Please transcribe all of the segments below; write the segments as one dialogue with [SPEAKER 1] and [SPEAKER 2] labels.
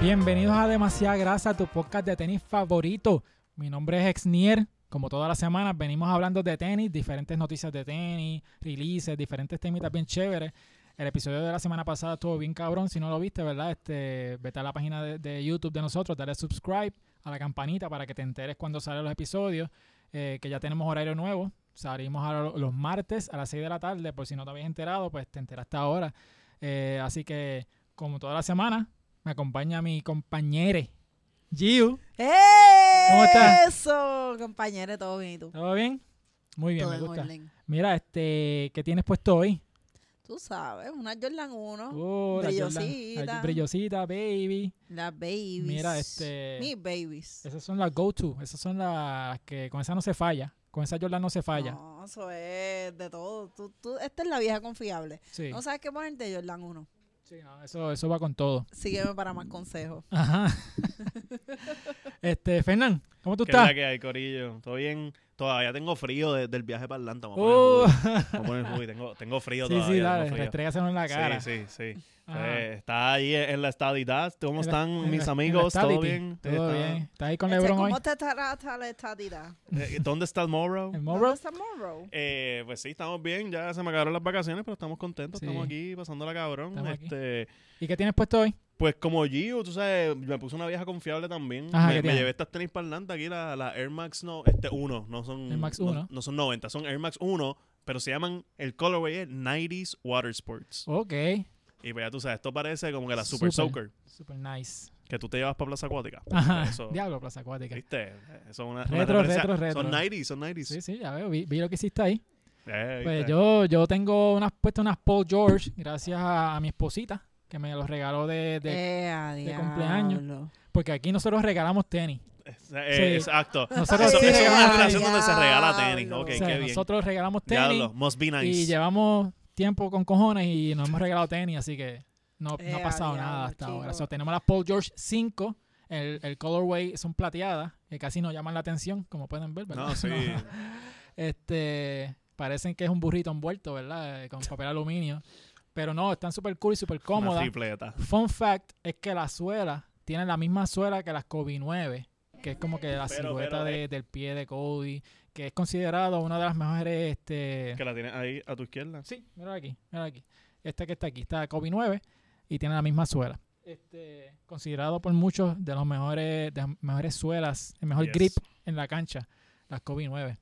[SPEAKER 1] Bienvenidos a Demasiada Grasa, tu podcast de tenis favorito. Mi nombre es Exnier. Como todas las semanas venimos hablando de tenis, diferentes noticias de tenis, releases, diferentes temitas bien chéveres. El episodio de la semana pasada estuvo bien cabrón, si no lo viste, ¿verdad? Este, vete a la página de, de YouTube de nosotros, dale subscribe a la campanita para que te enteres cuando salen los episodios, eh, que ya tenemos horario nuevo. Salimos a lo- los martes a las 6 de la tarde, por si no te habías enterado, pues te enteraste ahora. Eh, así que, como toda la semana, me acompaña mi compañere, Giu.
[SPEAKER 2] ¿Cómo
[SPEAKER 1] estás?
[SPEAKER 2] Eso, compañero, todo bien y tú.
[SPEAKER 1] ¿Todo bien? Muy bien,
[SPEAKER 2] todo
[SPEAKER 1] me
[SPEAKER 2] en
[SPEAKER 1] gusta.
[SPEAKER 2] orden.
[SPEAKER 1] Mira, este, ¿qué tienes puesto hoy?
[SPEAKER 2] Tú sabes, una Jordan 1,
[SPEAKER 1] Oh, la Jordan- la
[SPEAKER 2] brillosita.
[SPEAKER 1] brillosita, baby.
[SPEAKER 2] las babies.
[SPEAKER 1] Mira, este-
[SPEAKER 2] Mis babies.
[SPEAKER 1] Esas son las go-to. Esas son las que con esas no se falla. Con esas Jordan no se falla.
[SPEAKER 2] No, eso es de todo. Tú, tú- esta es la vieja confiable.
[SPEAKER 1] Sí,
[SPEAKER 2] No sabes qué ponerte, Jordan 1.
[SPEAKER 1] sí, no, eso, eso va con todo.
[SPEAKER 2] Sígueme para más consejos.
[SPEAKER 1] Ajá. este, Fernán, ¿cómo tú
[SPEAKER 3] ¿Qué es la
[SPEAKER 1] estás?
[SPEAKER 3] que hay, Corillo? ¿Todo bien? Todavía tengo frío de- del viaje para Atlanta. Vamos
[SPEAKER 1] Uh,
[SPEAKER 3] a poner hoodie. Tengo, tengo frío
[SPEAKER 1] sí, sí,
[SPEAKER 3] todavía.
[SPEAKER 1] dale,
[SPEAKER 3] tengo frío.
[SPEAKER 1] restrégaselo en la cara.
[SPEAKER 3] Sí, sí, sí.
[SPEAKER 1] Ajá.
[SPEAKER 3] Eh, está ahí en la estadidad. ¿Cómo
[SPEAKER 1] En la-
[SPEAKER 3] están
[SPEAKER 1] en la-
[SPEAKER 3] mis
[SPEAKER 1] en la
[SPEAKER 3] amigos? ¿Todo
[SPEAKER 1] Stability.
[SPEAKER 3] bien?
[SPEAKER 1] Todo
[SPEAKER 3] Está-
[SPEAKER 1] bien. ¿Estás ahí con
[SPEAKER 2] Este,
[SPEAKER 1] LeBron hoy?
[SPEAKER 2] ¿Cómo te trata la estadidad?
[SPEAKER 3] Eh, ¿Dónde está el Morrow?
[SPEAKER 1] ¿En
[SPEAKER 2] ¿Dónde
[SPEAKER 1] Marlboro?
[SPEAKER 2] está Monroe?
[SPEAKER 3] Eh, pues sí, estamos bien. Ya se me acabaron las vacaciones, pero estamos contentos.
[SPEAKER 1] Sí.
[SPEAKER 3] Estamos aquí pasando la cabrón.
[SPEAKER 1] Estamos aquí.
[SPEAKER 3] Este,
[SPEAKER 1] ¿Y qué tienes puesto hoy?
[SPEAKER 3] Pues como Gio, tú sabes, me puse una vieja confiable también.
[SPEAKER 1] Ajá, ¿qué
[SPEAKER 3] me, me
[SPEAKER 1] tiene?
[SPEAKER 3] llevé estas tenis para Atlanta aquí, las la Air Max no, este 1, no son
[SPEAKER 1] Air Max
[SPEAKER 3] no-
[SPEAKER 1] Uno.
[SPEAKER 3] No, son 90, son Air Max 1, pero se llaman el colorway es 90s Water Sports.
[SPEAKER 1] Ok.
[SPEAKER 3] Y pues ya tú sabes, esto parece como que la Super,
[SPEAKER 1] Super.
[SPEAKER 3] Soaker
[SPEAKER 1] Super nice.
[SPEAKER 3] que tú te llevas para Plaza Acuática.
[SPEAKER 1] Ajá.
[SPEAKER 3] Eso,
[SPEAKER 1] Diablo, Plaza Acuática.
[SPEAKER 3] ¿Viste? Eso es una, una
[SPEAKER 1] Retro,
[SPEAKER 3] referencia.
[SPEAKER 1] retro, retro.
[SPEAKER 3] Son 90s, son 90s.
[SPEAKER 1] Sí, sí, ya veo. Vi, vi lo que hiciste ahí.
[SPEAKER 3] Eh,
[SPEAKER 1] Pues
[SPEAKER 3] ¿viste?
[SPEAKER 1] yo, yo tengo unas puestas unas Paul George, gracias a, a mi esposita, que me los regaló de, de-
[SPEAKER 2] Eh, a
[SPEAKER 1] de cumpleaños.
[SPEAKER 2] diablo.
[SPEAKER 1] Porque aquí nosotros regalamos tenis.
[SPEAKER 3] Es- eh,
[SPEAKER 1] sí.
[SPEAKER 3] Exacto.
[SPEAKER 1] Nosotros
[SPEAKER 3] eso,
[SPEAKER 1] sí
[SPEAKER 3] eso es una
[SPEAKER 1] regalamos
[SPEAKER 3] relación
[SPEAKER 1] tenis.
[SPEAKER 3] donde se regala tenis.
[SPEAKER 2] Diablo.
[SPEAKER 3] Ok,
[SPEAKER 1] O
[SPEAKER 2] eh,
[SPEAKER 1] sea,
[SPEAKER 3] qué bien.
[SPEAKER 1] nosotros regalamos tenis
[SPEAKER 3] Diablo, must be nice.
[SPEAKER 1] y llevamos tiempo con cojones y nos hemos regalado tenis, así que no, no ha
[SPEAKER 2] Eh,
[SPEAKER 1] pasado
[SPEAKER 2] diablo,
[SPEAKER 1] nada hasta ahora.
[SPEAKER 2] chico.
[SPEAKER 1] So, tenemos las Paul George 5, el, el colorway son plateadas, que casi nos llaman la atención, como pueden ver, ¿verdad?
[SPEAKER 3] no, sí.
[SPEAKER 1] Este, parecen que es un burrito envuelto, ¿verdad? Eh, Con papel aluminio. Pero no, están súper cool y súper
[SPEAKER 3] Una
[SPEAKER 1] cómodas.
[SPEAKER 3] tripleta.
[SPEAKER 1] Fun fact es que la suela tiene la misma suela que las Kobe 9, que es como que la
[SPEAKER 3] Pero,
[SPEAKER 1] silueta
[SPEAKER 3] pero, eh.
[SPEAKER 1] de- del pie de Kobe, que es considerado una de las mejores, este...
[SPEAKER 3] Que la tienes ahí a tu izquierda.
[SPEAKER 1] Sí, mira aquí, mira aquí. Esta que está aquí, está Kobe 9 y tiene la misma suela. Este, considerado por muchos de los mejores, de las mejores suelas, el mejor
[SPEAKER 3] Yes.
[SPEAKER 1] grip en la cancha, las Kobe 9.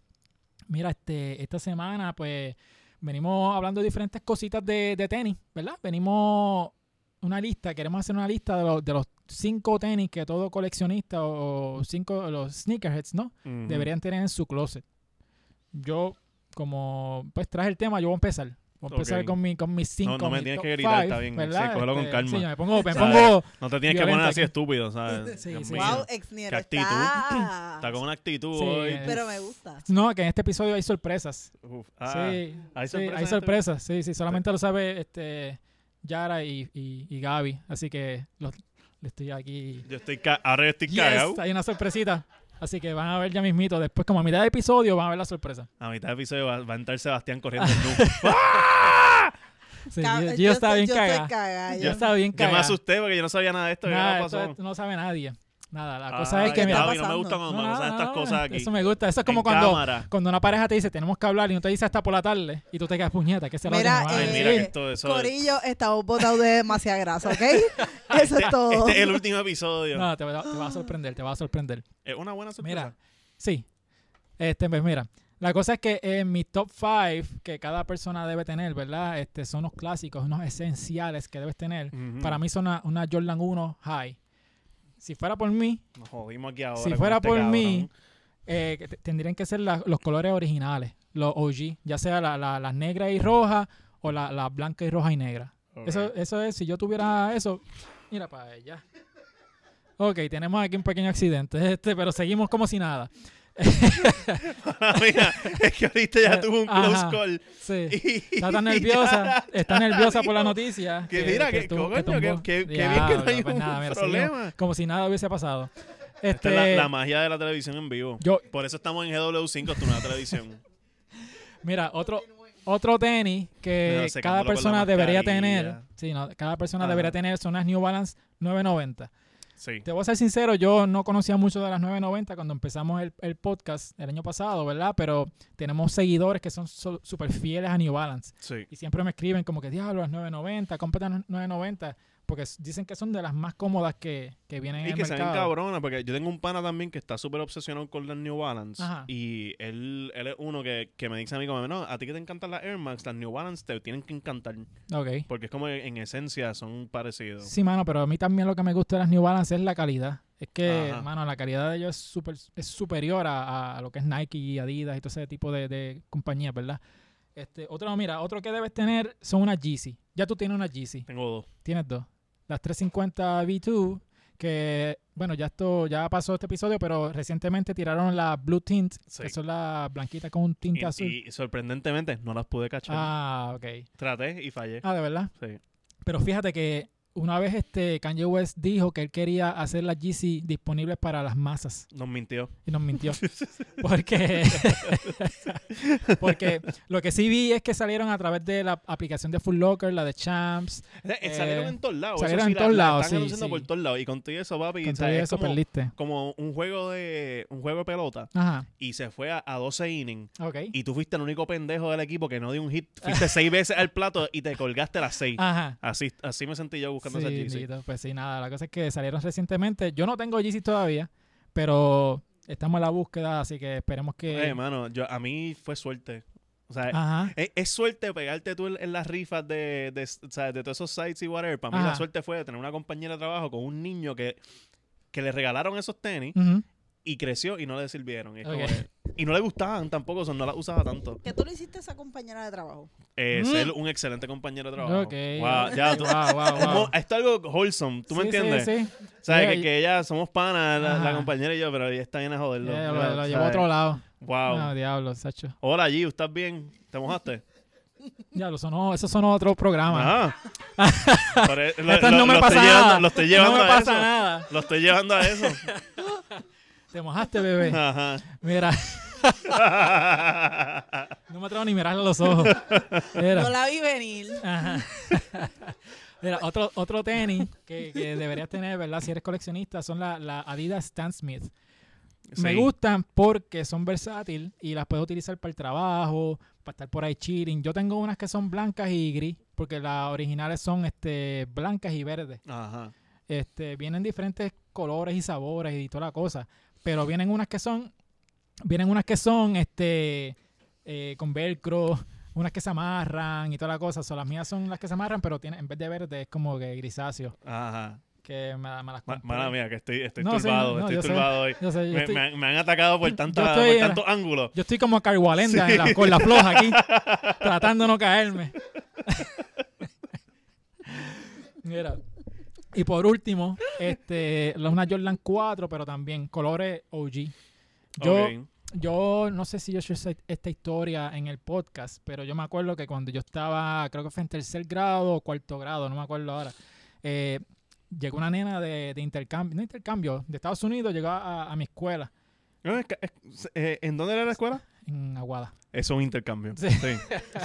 [SPEAKER 1] Mira, este, esta semana, pues, venimos hablando de diferentes cositas de, de tenis, ¿verdad? Venimos una lista, queremos hacer una lista de los, de los cinco tenis que todo coleccionista o, o cinco, los sneakerheads, ¿no? deberían tener en su closet. Yo, como pues traje el tema, yo voy a empezar. Voy a empezar
[SPEAKER 3] Ok.
[SPEAKER 1] con, mi, con mis cinco.
[SPEAKER 3] No, no me
[SPEAKER 1] mis
[SPEAKER 3] tienes
[SPEAKER 1] top
[SPEAKER 3] que gritar, está
[SPEAKER 1] five,
[SPEAKER 3] bien.
[SPEAKER 1] ¿verdad?
[SPEAKER 3] Sí, cógelo con
[SPEAKER 1] Este,
[SPEAKER 3] calma.
[SPEAKER 1] sí, me pongo, me
[SPEAKER 3] ¿Sabes?
[SPEAKER 1] pongo
[SPEAKER 3] No te tienes que
[SPEAKER 1] Violenta
[SPEAKER 3] poner así
[SPEAKER 1] aquí.
[SPEAKER 3] estúpido, ¿sabes?
[SPEAKER 1] Sí,
[SPEAKER 3] Dios
[SPEAKER 1] sí,
[SPEAKER 3] mío.
[SPEAKER 1] sí.
[SPEAKER 2] Wow, ex
[SPEAKER 3] Ah, Qué actitud. Está con una actitud
[SPEAKER 1] Sí,
[SPEAKER 3] hoy.
[SPEAKER 1] eh.
[SPEAKER 2] Pero me gusta.
[SPEAKER 1] No, que en este episodio hay sorpresas.
[SPEAKER 3] Uf, ah,
[SPEAKER 1] sí,
[SPEAKER 3] ¿hay
[SPEAKER 1] sí,
[SPEAKER 3] sorpresas en
[SPEAKER 1] hay
[SPEAKER 3] este
[SPEAKER 1] sorpresas. Sí, sí, solamente lo sabe este, Yara y, y, y Gaby. Así que los, le estoy aquí.
[SPEAKER 3] Yo estoy ca- ahora yo estoy
[SPEAKER 1] Yes,
[SPEAKER 3] cagado.
[SPEAKER 1] hay una sorpresita. Así que van a ver ya mismito. Después, como a mitad de episodio, van a ver la sorpresa.
[SPEAKER 3] A mitad de episodio va, va a entrar Sebastián corriendo nu.
[SPEAKER 1] Sí,
[SPEAKER 2] Cab-
[SPEAKER 1] Gio- Gio está
[SPEAKER 2] estoy-
[SPEAKER 1] bien
[SPEAKER 2] yo
[SPEAKER 1] cagada.
[SPEAKER 2] estoy cagada.
[SPEAKER 1] Gio
[SPEAKER 2] Yo
[SPEAKER 1] está bien
[SPEAKER 3] Yo me
[SPEAKER 1] cagada.
[SPEAKER 3] asusté porque yo no sabía nada de esto.
[SPEAKER 1] Nada,
[SPEAKER 3] ¿Qué
[SPEAKER 1] esto
[SPEAKER 3] pasó? Ah,
[SPEAKER 1] no sabe nadie. Nada, la cosa es
[SPEAKER 3] Ay,
[SPEAKER 1] que
[SPEAKER 2] mira-
[SPEAKER 3] Gaby, no me
[SPEAKER 2] pasando.
[SPEAKER 3] gustan cuando
[SPEAKER 1] No,
[SPEAKER 3] me
[SPEAKER 1] no,
[SPEAKER 3] pasan
[SPEAKER 1] no,
[SPEAKER 3] estas
[SPEAKER 1] no,
[SPEAKER 3] cosas aquí.
[SPEAKER 1] Eso me gusta. Eso es como
[SPEAKER 3] En
[SPEAKER 1] cuando,
[SPEAKER 3] cámara.
[SPEAKER 1] cuando una pareja te dice tenemos que hablar y no te dice hasta por la tarde y tú te quedas puñeta. ¿Qué se
[SPEAKER 2] Mira,
[SPEAKER 1] lo
[SPEAKER 3] Ay,
[SPEAKER 2] eh,
[SPEAKER 3] mira que esto eso.
[SPEAKER 2] Corillo, estamos botados de demasiada grasa, ¿ok? Eso es todo.
[SPEAKER 3] Este es el último episodio.
[SPEAKER 1] No, te, va- te va a sorprender, te va a sorprender.
[SPEAKER 3] Es una buena sorpresa.
[SPEAKER 1] Mira, sí. Este, pues mira, la cosa es que en mi top 5 que cada persona debe tener, ¿verdad? Este, son los clásicos, unos esenciales que debes tener.
[SPEAKER 3] Ujú.
[SPEAKER 1] Para mí son una, una Jordan 1 High. Si fuera por mí,
[SPEAKER 3] Nos jodimos aquí ahora.
[SPEAKER 1] Si
[SPEAKER 3] con
[SPEAKER 1] fuera
[SPEAKER 3] este
[SPEAKER 1] por
[SPEAKER 3] cabrón.
[SPEAKER 1] mí, eh, que te- tendrían que ser la- los colores originales, los OG, ya sea la- la- las negras y rojas o las la blancas y rojas y negras.
[SPEAKER 3] Ok.
[SPEAKER 1] Eso, eso es, si yo tuviera eso, mira para ella. Ok, tenemos aquí un pequeño accidente, este, pero seguimos como si nada.
[SPEAKER 3] Ah, Mira, es que ahorita ya tuvo un close
[SPEAKER 1] Ajá.
[SPEAKER 3] call.
[SPEAKER 1] Sí.
[SPEAKER 3] Y-
[SPEAKER 1] Está tan
[SPEAKER 3] y ya
[SPEAKER 1] nerviosa, está nerviosa por la
[SPEAKER 3] dijo
[SPEAKER 1] noticia.
[SPEAKER 3] que mira, que
[SPEAKER 1] tuvo-
[SPEAKER 3] coño, que-
[SPEAKER 1] tumbó.
[SPEAKER 3] que- que bien que no
[SPEAKER 1] Diablo,
[SPEAKER 3] hay
[SPEAKER 1] pues
[SPEAKER 3] un
[SPEAKER 1] nada, mira,
[SPEAKER 3] problema.
[SPEAKER 1] seguimos Como si nada hubiese pasado.
[SPEAKER 3] Esta
[SPEAKER 1] Este,
[SPEAKER 3] es la, la magia de la televisión en vivo.
[SPEAKER 1] yo,
[SPEAKER 3] Por eso estamos en GW5, tu nueva televisión.
[SPEAKER 1] Mira, otro, otro tenis que
[SPEAKER 3] Mira, secándolo
[SPEAKER 1] cada
[SPEAKER 3] con la
[SPEAKER 1] persona debería
[SPEAKER 3] mascarilla.
[SPEAKER 1] tener. Sí, no, cada persona
[SPEAKER 3] Ajá.
[SPEAKER 1] debería tener son unas New Balance 990.
[SPEAKER 3] Sí.
[SPEAKER 1] Te voy a ser sincero, yo no conocía mucho de las 990 cuando empezamos el, el podcast el año pasado, ¿verdad? Pero tenemos seguidores que son so- súper fieles a New Balance.
[SPEAKER 3] Sí.
[SPEAKER 1] Y siempre me escriben como que, diablo, las 990, cómprate las 990. Porque s- dicen que son de las más cómodas que, que vienen en
[SPEAKER 3] Y
[SPEAKER 1] el
[SPEAKER 3] que se ven
[SPEAKER 1] mercado.
[SPEAKER 3] cabronas, porque yo tengo un pana también que está súper obsesionado con las New Balance.
[SPEAKER 1] Ajá.
[SPEAKER 3] Y él, él es uno que, que me dice a mí como, no, a ti que te encantan las Air Max, las New Balance te tienen que encantar.
[SPEAKER 1] Ok.
[SPEAKER 3] Porque es como en esencia son parecidos.
[SPEAKER 1] Sí, mano, pero a mí también lo que me gusta de las New Balance es la calidad. Es que,
[SPEAKER 3] Ajá.
[SPEAKER 1] mano, la calidad de ellos es, super, es superior a, a lo que es Nike y Adidas y todo ese tipo de, de compañías, ¿verdad? Este, otro, mira, otro que debes tener son unas Yeezy. Ya tú tienes unas Yeezy.
[SPEAKER 3] Tengo dos.
[SPEAKER 1] Tienes dos. Las 350 V2, que, bueno, ya esto ya pasó este episodio, pero recientemente tiraron las Blue Tint,
[SPEAKER 3] Sí.
[SPEAKER 1] que son las blanquitas con un tinte
[SPEAKER 3] Y-
[SPEAKER 1] azul.
[SPEAKER 3] Y, sorprendentemente no las pude cachar.
[SPEAKER 1] Ah, ok.
[SPEAKER 3] Traté y fallé.
[SPEAKER 1] Ah, de verdad.
[SPEAKER 3] Sí.
[SPEAKER 1] Pero fíjate que una vez este Kanye West dijo que él quería hacer las GC disponibles para las masas
[SPEAKER 3] Nos mintió.
[SPEAKER 1] y nos mintió. Porque, porque lo que sí vi es que salieron a través de la aplicación de Full Locker, la de Champs.
[SPEAKER 3] Eh, salieron en todos lados. eso
[SPEAKER 1] salieron
[SPEAKER 3] sí,
[SPEAKER 1] en
[SPEAKER 3] la-
[SPEAKER 1] todos
[SPEAKER 3] la
[SPEAKER 1] lados,
[SPEAKER 3] Están
[SPEAKER 1] sí,
[SPEAKER 3] anunciando
[SPEAKER 1] sí.
[SPEAKER 3] por todos lados. Y con todo eso, papi,
[SPEAKER 1] Con
[SPEAKER 3] o sea,
[SPEAKER 1] todo
[SPEAKER 3] es
[SPEAKER 1] eso
[SPEAKER 3] como,
[SPEAKER 1] perdiste.
[SPEAKER 3] como un juego de un juego de pelota
[SPEAKER 1] Ajá,
[SPEAKER 3] y se fue a, a 12 innings.
[SPEAKER 1] ok.
[SPEAKER 3] Y tú fuiste el único pendejo del equipo que no dio un hit. Fuiste seis veces al plato y te colgaste las seis.
[SPEAKER 1] Ajá.
[SPEAKER 3] Así, así me sentí yo buscando
[SPEAKER 1] Ah.
[SPEAKER 3] esa
[SPEAKER 1] Sí,
[SPEAKER 3] GC.
[SPEAKER 1] Nito, pues sí, nada, la cosa es que salieron recientemente. Yo no tengo GC todavía, pero estamos en la búsqueda, así que esperemos
[SPEAKER 3] Eh,
[SPEAKER 1] que...
[SPEAKER 3] mano, yo, a mí fue suerte. O sea,
[SPEAKER 1] Ajá.
[SPEAKER 3] es, es suerte pegarte tú en, en las rifas de, de, o sea, de todos esos sites y whatever. Para mí
[SPEAKER 1] Ajá.
[SPEAKER 3] la suerte fue de tener una compañera de trabajo con un niño que, que le regalaron esos tenis
[SPEAKER 1] Ujú.
[SPEAKER 3] y creció y no le sirvieron. Y, es como
[SPEAKER 1] Mm. Ok.
[SPEAKER 3] que- y no le gustaban tampoco, o sea, no las usaba tanto.
[SPEAKER 2] ¿Qué tú le hiciste a esa compañera de trabajo?
[SPEAKER 3] Eh,
[SPEAKER 1] Mm.
[SPEAKER 3] Ser un excelente compañero de trabajo.
[SPEAKER 1] Ok.
[SPEAKER 3] Wow, ya, tú-
[SPEAKER 1] Wow, wow, wow.
[SPEAKER 3] como- esto es algo wholesome, ¿tú me
[SPEAKER 1] Sí, sí,
[SPEAKER 3] entiendes?
[SPEAKER 1] sí.
[SPEAKER 3] ¿Sabes?
[SPEAKER 1] Mira,
[SPEAKER 3] que,
[SPEAKER 1] y-
[SPEAKER 3] que ella somos panas, la, la
[SPEAKER 1] Ajá.
[SPEAKER 3] compañera y yo, pero ella está bien a joderlo.
[SPEAKER 1] Ya,
[SPEAKER 3] ¿sabes?
[SPEAKER 1] lo, lo llevó a otro lado.
[SPEAKER 3] Wow.
[SPEAKER 1] No, diablo, Sacho.
[SPEAKER 3] Hola, G, ¿estás bien? ¿Te mojaste?
[SPEAKER 1] Diablo, sonó, eso sonó a otro programa.
[SPEAKER 3] Ah. Pero, eh, lo-
[SPEAKER 1] Estas
[SPEAKER 3] lo-
[SPEAKER 1] no me
[SPEAKER 3] lo
[SPEAKER 1] pasa
[SPEAKER 3] estoy llevando-
[SPEAKER 1] nada.
[SPEAKER 3] Lo estoy llevando
[SPEAKER 1] no me
[SPEAKER 3] a
[SPEAKER 1] pasa
[SPEAKER 3] eso.
[SPEAKER 1] nada.
[SPEAKER 3] Lo estoy llevando a eso.
[SPEAKER 1] Te mojaste, bebé.
[SPEAKER 3] Ajá.
[SPEAKER 1] Mira, no me atrevo ni mirarle a los ojos. Mira,
[SPEAKER 2] No la vi venir.
[SPEAKER 1] ajá. Mira, otro, otro tenis que, que deberías tener, ¿verdad? Si eres coleccionista, son la, la Adidas Stan Smith. Me
[SPEAKER 3] Sí.
[SPEAKER 1] gustan porque son versátiles y las puedes utilizar para el trabajo, para estar por ahí chilling. Yo tengo unas que son blancas y gris, porque las originales son este, blancas y verdes.
[SPEAKER 3] Ajá.
[SPEAKER 1] Este, vienen diferentes colores y sabores y toda la cosa. Pero vienen unas que son, vienen unas que son este eh, con velcro, unas que se amarran y toda la cosa. So, las mías son las que se amarran, pero tienen, en vez de verde es como que grisáceo.
[SPEAKER 3] Ajá.
[SPEAKER 1] Que me, me las
[SPEAKER 3] Ma-
[SPEAKER 1] compré.
[SPEAKER 3] mala mía, que estoy, estoy
[SPEAKER 1] Pues, No, sí,
[SPEAKER 3] turbado.
[SPEAKER 1] no, yo
[SPEAKER 3] estoy
[SPEAKER 1] sé.
[SPEAKER 3] turbado hoy.
[SPEAKER 1] Yo, sé, yo
[SPEAKER 3] Me,
[SPEAKER 1] estoy,
[SPEAKER 3] me han, me han atacado por, tanta-
[SPEAKER 1] estoy-
[SPEAKER 3] por tantos ángulos.
[SPEAKER 1] yo estoy como Carwalenda en la- con la floja aquí, tratando de no caerme. Mira. Y por último, este, la- una Jordan 4, pero también colores OG. Yo,
[SPEAKER 3] Ok.
[SPEAKER 1] yo no sé si yo he hecho esa- esta historia en el podcast, pero yo me acuerdo que cuando yo estaba, creo que fue en tercer grado o cuarto grado, no me acuerdo ahora, eh, llegó una nena de, de intercambio, no intercambio, de Estados Unidos, llegó a, a mi escuela
[SPEAKER 3] No, es que- es- eh, ¿En dónde era la escuela?
[SPEAKER 1] en Aguada.
[SPEAKER 3] Es un intercambio.
[SPEAKER 1] Sí.
[SPEAKER 3] Sí.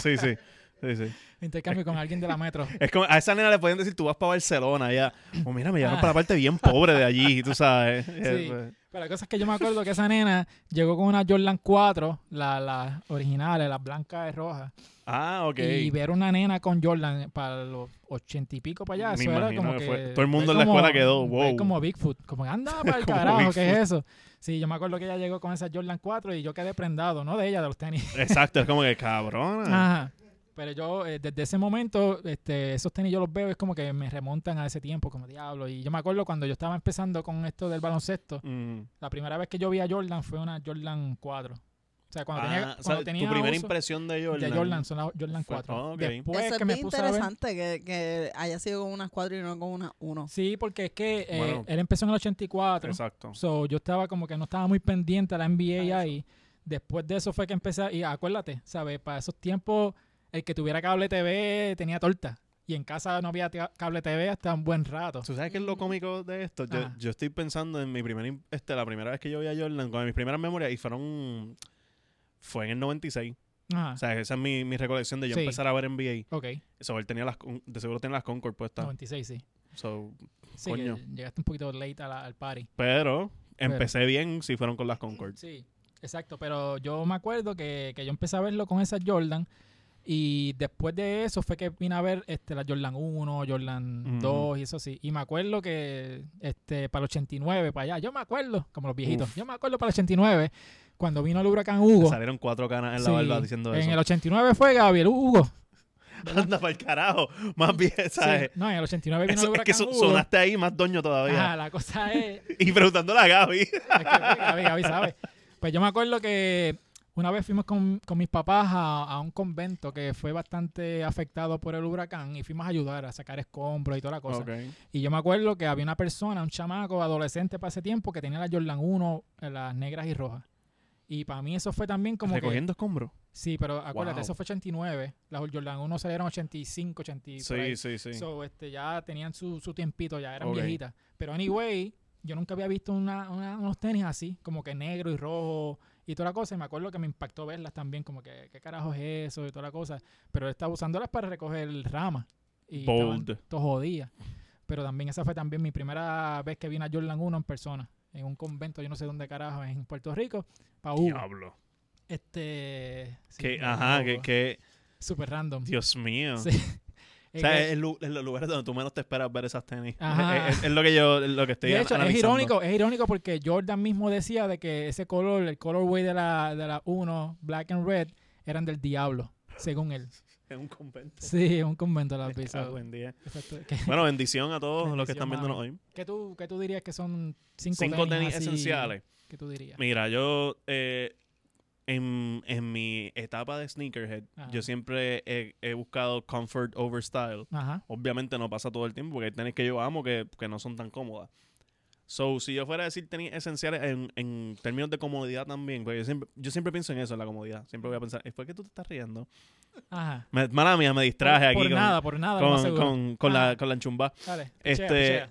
[SPEAKER 3] Sí, sí. sí, sí.
[SPEAKER 1] Intercambio con alguien de la metro.
[SPEAKER 3] Es como a esa nena le pueden decir, tú vas para Barcelona. Ya, oh, mira, me llevaron para la parte bien pobre de allí, tú sabes. Eh, pues,
[SPEAKER 1] Pero la cosa es que yo me acuerdo que esa nena llegó con una Jordan 4, la- las originales, las blancas y rojas.
[SPEAKER 3] Ah, ok.
[SPEAKER 1] Y ver una nena con Jordan para los ochenta y pico para allá,
[SPEAKER 3] Me
[SPEAKER 1] eso era
[SPEAKER 3] imagino
[SPEAKER 1] como que,
[SPEAKER 3] que fue- todo el mundo
[SPEAKER 1] fue
[SPEAKER 3] en la
[SPEAKER 1] como-
[SPEAKER 3] escuela quedó,
[SPEAKER 1] fue
[SPEAKER 3] wow.
[SPEAKER 1] Como Bigfoot, como que anda para el
[SPEAKER 3] Como
[SPEAKER 1] carajo, ¿qué es eso? Sí, yo me acuerdo que ella llegó con esa Jordan 4 y yo quedé prendado, no de ella, de los tenis.
[SPEAKER 3] Exacto, es como que cabrona.
[SPEAKER 1] Ajá. Pero yo, eh, desde ese momento, este, esos tenis yo los veo, es como que me remontan a ese tiempo, como diablo. Y yo me acuerdo cuando yo estaba empezando con esto del baloncesto,
[SPEAKER 3] Mm.
[SPEAKER 1] la primera vez que yo vi a Jordan fue una Jordan 4. O sea, cuando
[SPEAKER 3] Ah,
[SPEAKER 1] tenía,
[SPEAKER 3] o sea,
[SPEAKER 1] cuando tenía
[SPEAKER 3] tu primera
[SPEAKER 1] uso
[SPEAKER 3] impresión de Jordan.
[SPEAKER 1] de Jordan, son las Jordan
[SPEAKER 3] Fue-
[SPEAKER 1] 4.
[SPEAKER 3] ah, ok.
[SPEAKER 1] Después
[SPEAKER 2] Eso
[SPEAKER 1] que
[SPEAKER 2] es
[SPEAKER 1] me
[SPEAKER 2] bien
[SPEAKER 1] puse a ver...
[SPEAKER 2] interesante que, que haya sido con unas cuatro y no con una uno.
[SPEAKER 1] Sí, porque es que eh,
[SPEAKER 3] Bueno.
[SPEAKER 1] él empezó en el 84.
[SPEAKER 3] Exacto.
[SPEAKER 1] So, yo estaba como que no estaba muy pendiente a la NBA ahí. Después de eso fue que empecé. Y acuérdate, ¿sabes? Para esos tiempos, el que tuviera cable TV tenía torta. Y en casa no había tia- cable TV hasta un buen rato.
[SPEAKER 3] ¿Tú sabes qué es lo cómico de esto? Yo,
[SPEAKER 1] Ajá.
[SPEAKER 3] yo estoy pensando en mi primera, im- este, la primera vez que yo vi a Jordan, con mis primeras memorias, y fueron, fue en el 96.
[SPEAKER 1] Ajá.
[SPEAKER 3] O sea, esa es mi, mi recolección de yo
[SPEAKER 1] Sí.
[SPEAKER 3] empezar a ver NBA.
[SPEAKER 1] Ok,
[SPEAKER 3] Eso, él tenía las, con- de seguro tenía las Concord puestas.
[SPEAKER 1] 96, sí.
[SPEAKER 3] So,
[SPEAKER 1] Sí,
[SPEAKER 3] Coño.
[SPEAKER 1] que llegaste un poquito late a la- al party.
[SPEAKER 3] pero empecé bien si fueron con las Concord.
[SPEAKER 1] Sí, exacto. Pero yo me acuerdo que, que yo empecé a verlo con esas Jordan. Y después de eso fue que vine a ver este, la Jordan 1, Jordan
[SPEAKER 3] Ujú.
[SPEAKER 1] 2 y eso sí. Y me acuerdo que este, para el 89, para allá, yo me acuerdo, como los viejitos,
[SPEAKER 3] Uf.
[SPEAKER 1] yo me acuerdo para el 89, cuando vino el huracán Hugo.
[SPEAKER 3] Salieron cuatro canas en la
[SPEAKER 1] Sí,
[SPEAKER 3] barba diciendo
[SPEAKER 1] en
[SPEAKER 3] eso.
[SPEAKER 1] el 89 fue Gabriel Hugo.
[SPEAKER 3] Anda para el carajo. Más bien,
[SPEAKER 1] Sí,
[SPEAKER 3] ¿sabes?
[SPEAKER 1] no, en el 89 vino
[SPEAKER 3] Eso-
[SPEAKER 1] el
[SPEAKER 3] es
[SPEAKER 1] huracán
[SPEAKER 3] que so-
[SPEAKER 1] Hugo.
[SPEAKER 3] sonaste ahí más doño todavía.
[SPEAKER 1] Ajá, la cosa es
[SPEAKER 3] Y preguntándole a Gaby.
[SPEAKER 1] Es que, pues, Gaby, Gaby sabe. Pues yo me acuerdo que una vez fuimos con, con mis papás a, a un convento que fue bastante afectado por el huracán y fuimos a ayudar a sacar escombros y toda la cosa. Y yo me acuerdo que había una persona, un chamaco adolescente para ese tiempo que tenía la Jordan 1, eh, las negras y rojas. Y para mí eso fue también como que...
[SPEAKER 3] Recogiendo escombros.
[SPEAKER 1] Sí, pero acuérdate,
[SPEAKER 3] Wow.
[SPEAKER 1] eso fue 89. Las Jordan 1 salieron 85, 85.
[SPEAKER 3] Sí, sí, sí.
[SPEAKER 1] So, este, ya tenían su, su tiempito, ya eran
[SPEAKER 3] Ok.
[SPEAKER 1] viejitas. Pero anyway, yo nunca había visto una, una- unos tenis así, como que negro y rojo y toda la cosa. Y me acuerdo que me impactó verlas también, como que, ¿qué carajo es eso? Y toda la cosa. Pero estaba usándolas para recoger ramas. Y estaban
[SPEAKER 3] Bold.
[SPEAKER 1] todos jodidas. Pero también esa fue también mi primera vez que vi una Jordan 1 en persona. En un convento, yo no sé dónde carajo, en Puerto Rico. Pa' Hugo.
[SPEAKER 3] Diablo.
[SPEAKER 1] Este... uh, sí,
[SPEAKER 3] Que,
[SPEAKER 1] pa'
[SPEAKER 3] ajá, que,
[SPEAKER 1] Hugo.
[SPEAKER 3] que-
[SPEAKER 1] Super random.
[SPEAKER 3] Dios mío.
[SPEAKER 1] Sí.
[SPEAKER 3] O
[SPEAKER 1] Es
[SPEAKER 3] sea,
[SPEAKER 1] que-
[SPEAKER 3] es, lu- es los lugares donde tú menos te esperas ver esas tenis.
[SPEAKER 1] Ajá.
[SPEAKER 3] Es, es- es lo que yo, es lo que estoy
[SPEAKER 1] De hecho, es
[SPEAKER 3] analizando.
[SPEAKER 1] irónico, es irónico porque Jordan mismo decía de que ese color, el colorway de la, de la 1, black and red, eran del diablo, según él.
[SPEAKER 3] Es un convento.
[SPEAKER 1] Sí, es un convento la
[SPEAKER 3] Me
[SPEAKER 1] piso.
[SPEAKER 3] cago en diez.
[SPEAKER 1] Exacto. ¿Qué,
[SPEAKER 3] Bueno, bendición a todos los que
[SPEAKER 1] Bendición,
[SPEAKER 3] están viéndonos
[SPEAKER 1] mami.
[SPEAKER 3] hoy.
[SPEAKER 1] qué tú, qué tú dirías que son cinco,
[SPEAKER 3] Cinco tenis
[SPEAKER 1] así
[SPEAKER 3] esenciales.
[SPEAKER 1] ¿Qué tú dirías?
[SPEAKER 3] Mira, yo eh, en, en mi etapa de sneakerhead,
[SPEAKER 1] Ajá.
[SPEAKER 3] yo siempre he, he buscado comfort over style.
[SPEAKER 1] Ajá.
[SPEAKER 3] Obviamente no pasa todo el tiempo porque hay tenis que yo amo que, que no son tan cómodas. So, si yo fuera a decir tenis esenciales en, en términos de comodidad también, porque yo siempre, yo siempre pienso en eso, en la comodidad. Siempre voy a pensar, "Eh, ¿por qué tú te estás riendo?
[SPEAKER 1] Ajá.
[SPEAKER 3] Me, mala mía, me distraje
[SPEAKER 1] por,
[SPEAKER 3] aquí
[SPEAKER 1] por
[SPEAKER 3] con,
[SPEAKER 1] nada, por nada, lo más
[SPEAKER 3] con,
[SPEAKER 1] seguro.
[SPEAKER 3] con- con la,
[SPEAKER 1] Ajá.
[SPEAKER 3] con la enchumba.
[SPEAKER 1] Dale,
[SPEAKER 3] Este,
[SPEAKER 1] pichea, pichea.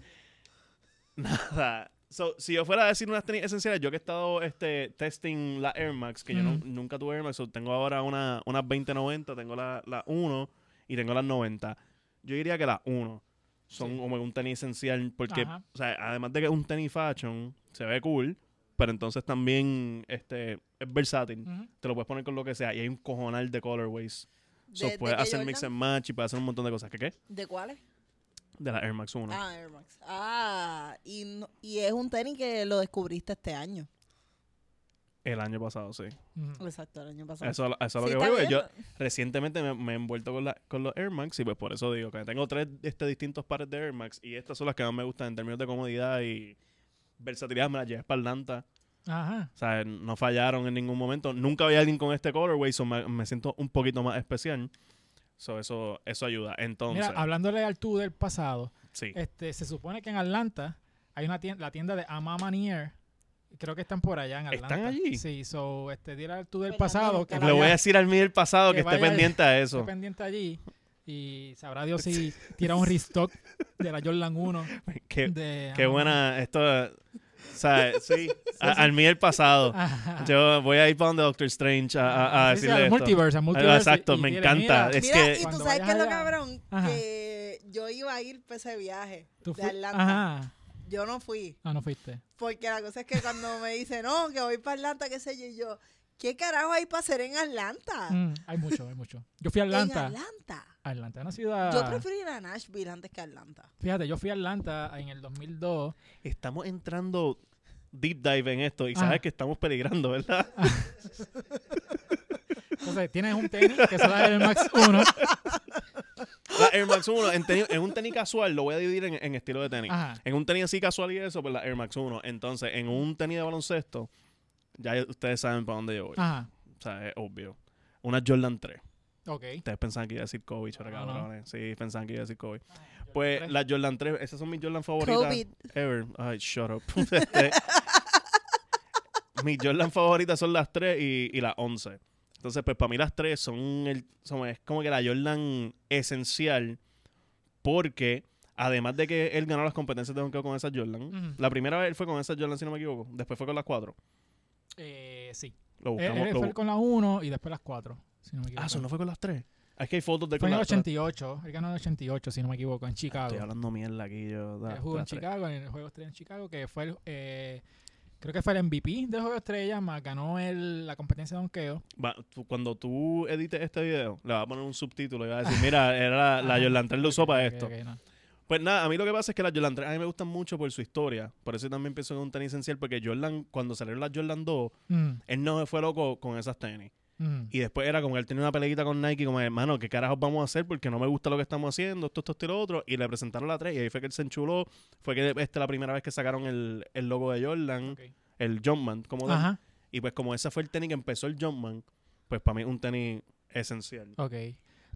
[SPEAKER 3] Nada. So, si yo fuera a decir unas tenis esenciales, yo que he estado este, testing la Air Max, que yo no-
[SPEAKER 1] Ujú.
[SPEAKER 3] nunca tuve Air Max, so tengo ahora una, unas 2090, tengo la, la 1 y tengo las 90. Yo diría que las 1 son
[SPEAKER 1] Sí.
[SPEAKER 3] como un tenis esencial porque,
[SPEAKER 1] Ajá.
[SPEAKER 3] o sea, además de que es un tenis fashion, se ve cool, pero entonces también este, es versátil.
[SPEAKER 1] Ujú.
[SPEAKER 3] Te lo puedes poner con lo que sea y hay un cojonal de colorways. So,
[SPEAKER 2] ¿De- de
[SPEAKER 3] puedes
[SPEAKER 2] qué
[SPEAKER 3] hacer
[SPEAKER 2] Jordan?
[SPEAKER 3] mix and match y puedes hacer un montón de cosas. ¿Qué qué?
[SPEAKER 2] ¿De cuáles?
[SPEAKER 3] De la Air Max 1.
[SPEAKER 2] Ah, Air Max. Ah, y, no- y es un tenis que lo descubriste este año.
[SPEAKER 3] El año pasado, sí.
[SPEAKER 1] Ujú.
[SPEAKER 2] Exacto, el año pasado.
[SPEAKER 3] Eso, eso es lo
[SPEAKER 2] Ah. Sí,
[SPEAKER 3] que
[SPEAKER 2] está
[SPEAKER 3] voy. porque
[SPEAKER 2] bien.
[SPEAKER 3] Yo, recientemente me, me he envuelto con, la- con los Air Max y pues por eso digo que tengo tres este, distintos pares de Air Max y estas son las que más me gustan en términos de comodidad y versatilidad. Me las llevé para Atlanta.
[SPEAKER 1] Ajá.
[SPEAKER 3] O sea, no fallaron en ningún momento. Nunca había alguien con este colorway, so me, me siento un poquito más especial. So, eso, eso ayuda. Entonces,
[SPEAKER 1] Mira, hablándole al tú del pasado,
[SPEAKER 3] sí.
[SPEAKER 1] Este, se supone que en Atlanta hay una tienda, la tienda de Amama Near. Creo que están por allá en
[SPEAKER 3] ¿Están
[SPEAKER 1] Atlanta.
[SPEAKER 3] allí?
[SPEAKER 1] Sí, so, este, dile al tú del
[SPEAKER 2] Fernando,
[SPEAKER 1] pasado que
[SPEAKER 2] Pues, está
[SPEAKER 3] Le voy a
[SPEAKER 1] vaya-
[SPEAKER 3] decir al mío del pasado
[SPEAKER 1] que
[SPEAKER 3] que, esté
[SPEAKER 1] vaya-
[SPEAKER 3] pendiente a
[SPEAKER 1] esté
[SPEAKER 3] eso.
[SPEAKER 1] pendiente allí y sabrá Dios si tira un restock de la Jordan 1
[SPEAKER 3] Qué,
[SPEAKER 1] de
[SPEAKER 3] qué
[SPEAKER 1] Ama
[SPEAKER 3] buena. Esto. O sea, sí. a- al mío del pasado.
[SPEAKER 1] Manía. Ajá.
[SPEAKER 3] Yo voy a ir para donde Doctor Strange a, a- a
[SPEAKER 1] Ah, Sí, sí,
[SPEAKER 3] decirle
[SPEAKER 1] al
[SPEAKER 3] esto.
[SPEAKER 1] multiverse, al multiverse
[SPEAKER 3] Ah, exacto,
[SPEAKER 1] y
[SPEAKER 3] me
[SPEAKER 1] dile,
[SPEAKER 3] encanta.
[SPEAKER 1] mira,
[SPEAKER 3] Es
[SPEAKER 2] Mira,
[SPEAKER 3] que
[SPEAKER 2] y tú
[SPEAKER 1] Cuando
[SPEAKER 2] sabes
[SPEAKER 1] vayas
[SPEAKER 2] qué es lo
[SPEAKER 1] allá-
[SPEAKER 2] cabrón,
[SPEAKER 1] Ajá.
[SPEAKER 2] que yo iba a ir para ese viaje
[SPEAKER 1] tú
[SPEAKER 2] de
[SPEAKER 1] fui-
[SPEAKER 2] Atlanta.
[SPEAKER 1] Ajá.
[SPEAKER 2] Yo no fui,
[SPEAKER 1] Ah, no fuiste.
[SPEAKER 2] porque la cosa es que cuando me dice, no, que voy para Atlanta, qué sé yo, y yo, ¿qué carajo hay para hacer en Atlanta?
[SPEAKER 1] Mm, hay mucho, hay mucho. Yo fui a Atlanta.
[SPEAKER 2] Ah.
[SPEAKER 1] Ah.
[SPEAKER 2] En Atlanta.
[SPEAKER 1] Atlanta es una ciudad.
[SPEAKER 2] Yo prefiero ir a Nashville antes que a Atlanta.
[SPEAKER 1] Fíjate, yo fui a Atlanta en el 2002
[SPEAKER 3] estamos entrando deep dive en esto y
[SPEAKER 1] Ajá.
[SPEAKER 3] sabes que estamos peligrando, ¿verdad?
[SPEAKER 1] Entonces, tienes un tenis que son las Air Max 1.
[SPEAKER 3] La Air Max 1, en, teni- en un tenis casual, lo voy a dividir en, en estilo de tenis.
[SPEAKER 1] Ajá.
[SPEAKER 3] En un tenis así casual y eso, pues la Air Max 1. Entonces, en un tenis de baloncesto, ya ustedes saben para dónde yo voy.
[SPEAKER 1] Ajá.
[SPEAKER 3] O sea, es obvio. Una Jordan 3.
[SPEAKER 1] Ok.
[SPEAKER 3] Ustedes pensaban que iba a decir Kobe, chora
[SPEAKER 1] No, no.
[SPEAKER 3] cabrones. Sí, pensaban que iba a decir Kobe. Pues
[SPEAKER 1] 3.
[SPEAKER 3] la Jordan 3, esas son mis Jordan favoritas.
[SPEAKER 2] COVID.
[SPEAKER 3] Ever. Ay, shut up. Este, mis Jordan favoritas son las 3 y, y las 11. Entonces, pues para mí las 3 son, el, son- es como que la Jordan esencial porque además de que él ganó las competencias de donkeo con esas Jordan,
[SPEAKER 1] Ujú.
[SPEAKER 3] la primera vez él fue con esas Jordan, si no me equivoco, después fue con las 4.
[SPEAKER 1] Eh, sí.
[SPEAKER 3] Lo
[SPEAKER 1] Él,
[SPEAKER 3] buscamos.
[SPEAKER 1] él
[SPEAKER 3] lo
[SPEAKER 1] Eh, fue
[SPEAKER 3] bu-
[SPEAKER 1] con la 1 y después las 4. Si no me equivoco.
[SPEAKER 3] ah, eso no fue con las 3. Es que hay fotos de
[SPEAKER 1] Fue en el
[SPEAKER 3] la- Ah,
[SPEAKER 1] 88, él ganó en el 88, si no me equivoco, en
[SPEAKER 3] Estoy
[SPEAKER 1] Chicago.
[SPEAKER 3] hablando mierda aquí yo. da-
[SPEAKER 1] Él jugó en
[SPEAKER 3] da-
[SPEAKER 1] Chicago, en el Juego Estrella en Chicago, que fue el, eh, creo que fue el MVP del Juego Estrella, más ganó el- la competencia de donkeo.
[SPEAKER 3] Va, tú- cuando tú edites este video, le vas a poner un subtítulo y vas a decir, mira, era la, Ah, la Jordan 3 lo usó para
[SPEAKER 1] Ok, ok,
[SPEAKER 3] esto.
[SPEAKER 1] ok, no.
[SPEAKER 3] Pues nada, a mí lo que pasa es que las Jordan 3 a mí me gustan mucho por su historia. Por eso yo también pienso en un tenis esencial, porque Jordan, cuando salieron las Jordan 2,
[SPEAKER 1] Mm,
[SPEAKER 3] él no se fue loco con esas tenis.
[SPEAKER 1] mm.
[SPEAKER 3] Y después era como que él tenía una peleita con Nike, como hermano, ¿qué carajos vamos a hacer? Porque no me gusta lo que estamos haciendo, esto, esto, esto y lo otro. Y le presentaron la 3 y ahí fue que él se enchuló. Fue que esta la primera vez que sacaron el, el logo de Jordan,
[SPEAKER 1] Ok.
[SPEAKER 3] el Jumpman, como tal.
[SPEAKER 1] Ajá,
[SPEAKER 3] Y pues como ese fue el tenis que empezó el Jumpman, pues para mí es un tenis esencial.
[SPEAKER 1] ok.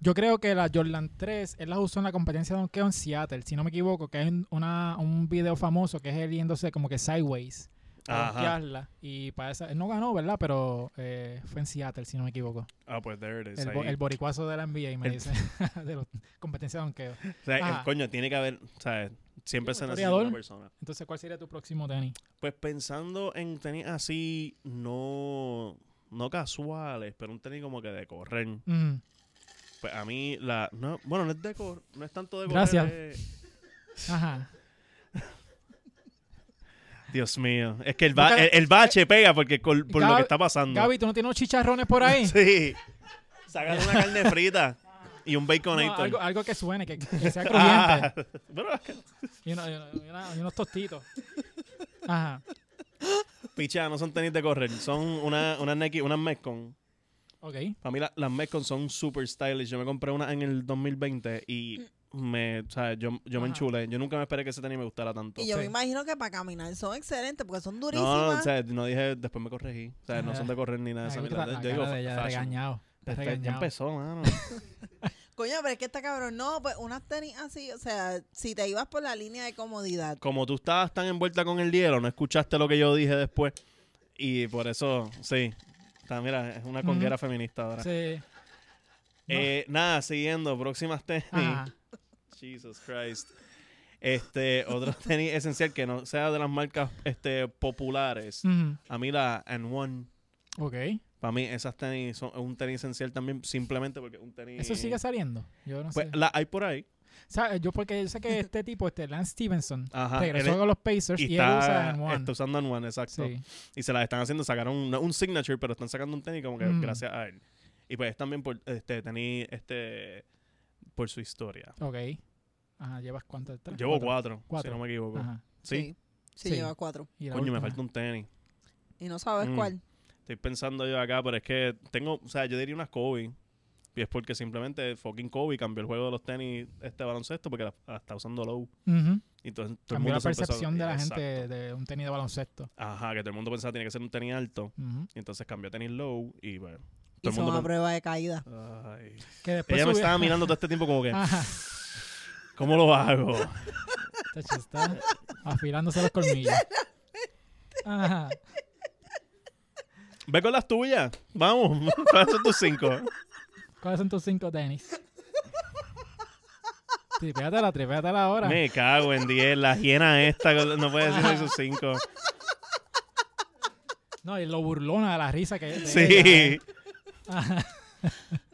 [SPEAKER 1] Yo creo que la Jordan 3, él las usó en la competencia de donkeo en Seattle, si no me equivoco, que hay un- una, un video famoso que es él yéndose como que sideways. para
[SPEAKER 3] Ajá.
[SPEAKER 1] donkearla. Y para esa, él no ganó, ¿verdad? Pero eh, fue en Seattle, si no me equivoco.
[SPEAKER 3] Ah, pues there it is.
[SPEAKER 1] El,
[SPEAKER 3] ahí.
[SPEAKER 1] bo- el boricuazo de la NBA, me
[SPEAKER 3] El-
[SPEAKER 1] dice, de los competencias de donkeo.
[SPEAKER 3] O sea, el
[SPEAKER 1] Ajá.
[SPEAKER 3] coño, tiene que haber, o sea, siempre
[SPEAKER 1] ah. Sí,
[SPEAKER 3] se
[SPEAKER 1] un
[SPEAKER 3] necesita una
[SPEAKER 1] historiador.
[SPEAKER 3] persona.
[SPEAKER 1] Entonces, ¿cuál sería tu próximo tenis?
[SPEAKER 3] Pues pensando en tenis así, no, no casuales, pero un tenis como que de correr.
[SPEAKER 1] Mm,
[SPEAKER 3] Pues a mí la... No, bueno, no es de cor- no es tanto de correr. eh,
[SPEAKER 1] Gracias.
[SPEAKER 3] es-
[SPEAKER 1] Ajá.
[SPEAKER 3] Dios mío. Es que el, ba-
[SPEAKER 1] Nunca-
[SPEAKER 3] el, el bache pega porque col- por lo
[SPEAKER 1] Gaby-
[SPEAKER 3] que está pasando.
[SPEAKER 1] Gaby, ¿tú no tienes unos chicharrones por ahí?
[SPEAKER 3] Mm. Sí. Sacar una carne frita y un
[SPEAKER 1] No,
[SPEAKER 3] baconator.
[SPEAKER 1] algo, algo que suene, que, que sea
[SPEAKER 3] Ah,
[SPEAKER 1] crujiente.
[SPEAKER 3] bueno,
[SPEAKER 1] Y, uno- y uno- y una- y unos tostitos. Ajá.
[SPEAKER 3] picha, no son tenis de correr. Son una, una Nike, unas Metcon.
[SPEAKER 1] Ok.
[SPEAKER 3] Para mí la- las Metcon son super stylish. Yo me compré una en el 2020 y me, o sea, yo, yo
[SPEAKER 1] Ajá.
[SPEAKER 3] me enchulé. Yo nunca me esperé que ese tenis me gustara tanto.
[SPEAKER 2] Y yo me
[SPEAKER 1] Sí.
[SPEAKER 2] imagino que para caminar son excelentes porque son
[SPEAKER 3] No, no, no, o
[SPEAKER 2] durísimas.
[SPEAKER 3] sea, no dije, después me corregí. O sea, no son de correr ni nada
[SPEAKER 1] Ay,
[SPEAKER 3] de esa
[SPEAKER 1] viste
[SPEAKER 3] mierda.
[SPEAKER 1] la- la
[SPEAKER 3] Yo digo,
[SPEAKER 1] cara de ella, de
[SPEAKER 3] fashion.
[SPEAKER 1] regañado. de
[SPEAKER 3] Está- ya
[SPEAKER 1] regañado.
[SPEAKER 3] empezó, mano.
[SPEAKER 2] Coño, pero es que está cabrón. No, pues unas tenis así, o sea, si te ibas por la línea de comodidad.
[SPEAKER 3] Como tú estabas tan envuelta con el hielo, no escuchaste lo que yo dije después. Y por eso, sí. Está, mira, es una conguera feminista ahora.
[SPEAKER 1] Sí.
[SPEAKER 3] Eh, Nada, siguiendo, próximas tenis.
[SPEAKER 1] Ajá.
[SPEAKER 3] Jesus Christ. Este, otro tenis esencial que no sea de las marcas este, populares.
[SPEAKER 1] Mm,
[SPEAKER 3] A mí la And One.
[SPEAKER 1] Ok.
[SPEAKER 3] Para mí, esas tenis son un tenis esencial también, simplemente porque un tenis.
[SPEAKER 1] Eso sigue saliendo. Yo no
[SPEAKER 3] Pues
[SPEAKER 1] sé.
[SPEAKER 3] la hay por ahí.
[SPEAKER 1] ¿Sabes? Yo porque yo sé que este tipo, este Lance Stevenson,
[SPEAKER 3] Ajá.
[SPEAKER 1] regresó
[SPEAKER 3] él-
[SPEAKER 1] con los Pacers y,
[SPEAKER 3] y
[SPEAKER 1] él
[SPEAKER 3] está,
[SPEAKER 1] usa en One.
[SPEAKER 3] está usando And One, exacto.
[SPEAKER 1] Sí.
[SPEAKER 3] y se las están haciendo, sacaron un, un signature, pero están sacando un tenis como que
[SPEAKER 1] Mm.
[SPEAKER 3] gracias a él. Y pues también por este tenis este por su historia.
[SPEAKER 1] Ok. Ajá, ¿llevas cuántas? ¿Tres?
[SPEAKER 3] Llevo cuatro,
[SPEAKER 1] Cuatro.
[SPEAKER 3] si no me equivoco.
[SPEAKER 1] Ajá.
[SPEAKER 3] Sí.
[SPEAKER 2] Sí,
[SPEAKER 1] Sí.
[SPEAKER 2] lleva cuatro.
[SPEAKER 1] Y la
[SPEAKER 3] Coño, me
[SPEAKER 1] última.
[SPEAKER 3] falta un tenis.
[SPEAKER 2] Y no sabes
[SPEAKER 3] Mm.
[SPEAKER 2] cuál.
[SPEAKER 3] Estoy pensando yo acá, pero es que tengo, o sea, yo diría unas Kobe. Y es porque simplemente fucking Kobe cambió el juego de los tenis este baloncesto porque la, la está usando low.
[SPEAKER 1] Ujú.
[SPEAKER 3] Y entonces todo el
[SPEAKER 1] Cambió
[SPEAKER 3] mundo
[SPEAKER 1] la
[SPEAKER 3] se empezó-
[SPEAKER 1] percepción de la gente
[SPEAKER 3] Exacto.
[SPEAKER 1] de un tenis de baloncesto.
[SPEAKER 3] Ajá, que todo el mundo pensaba tiene que ser un tenis alto.
[SPEAKER 1] Ujú.
[SPEAKER 3] Y entonces cambió a tenis low y bueno.
[SPEAKER 2] Y
[SPEAKER 3] Todo el
[SPEAKER 2] son
[SPEAKER 3] mundo
[SPEAKER 2] a
[SPEAKER 3] pen-
[SPEAKER 2] prueba de caída.
[SPEAKER 3] Ay.
[SPEAKER 1] Que después
[SPEAKER 3] Ella me
[SPEAKER 1] Pues subió- Ah.
[SPEAKER 3] estaba mirando todo este tiempo como que.
[SPEAKER 1] Ajá.
[SPEAKER 3] ¿Cómo lo hago?
[SPEAKER 1] Tacho, está afilándose los colmillos. Ajá.
[SPEAKER 3] Ve con las tuyas. Vamos. ¿Cuáles son tus cinco?
[SPEAKER 1] ¿Cuáles son tus cinco tenis? Tripéatela, tripéatela ahora.
[SPEAKER 3] Me cago en diez. La hiena esta. No puede decir sus cinco.
[SPEAKER 1] No, y lo burlona de la risa que de ella,
[SPEAKER 3] Sí.
[SPEAKER 1] ¿eh? Ajá.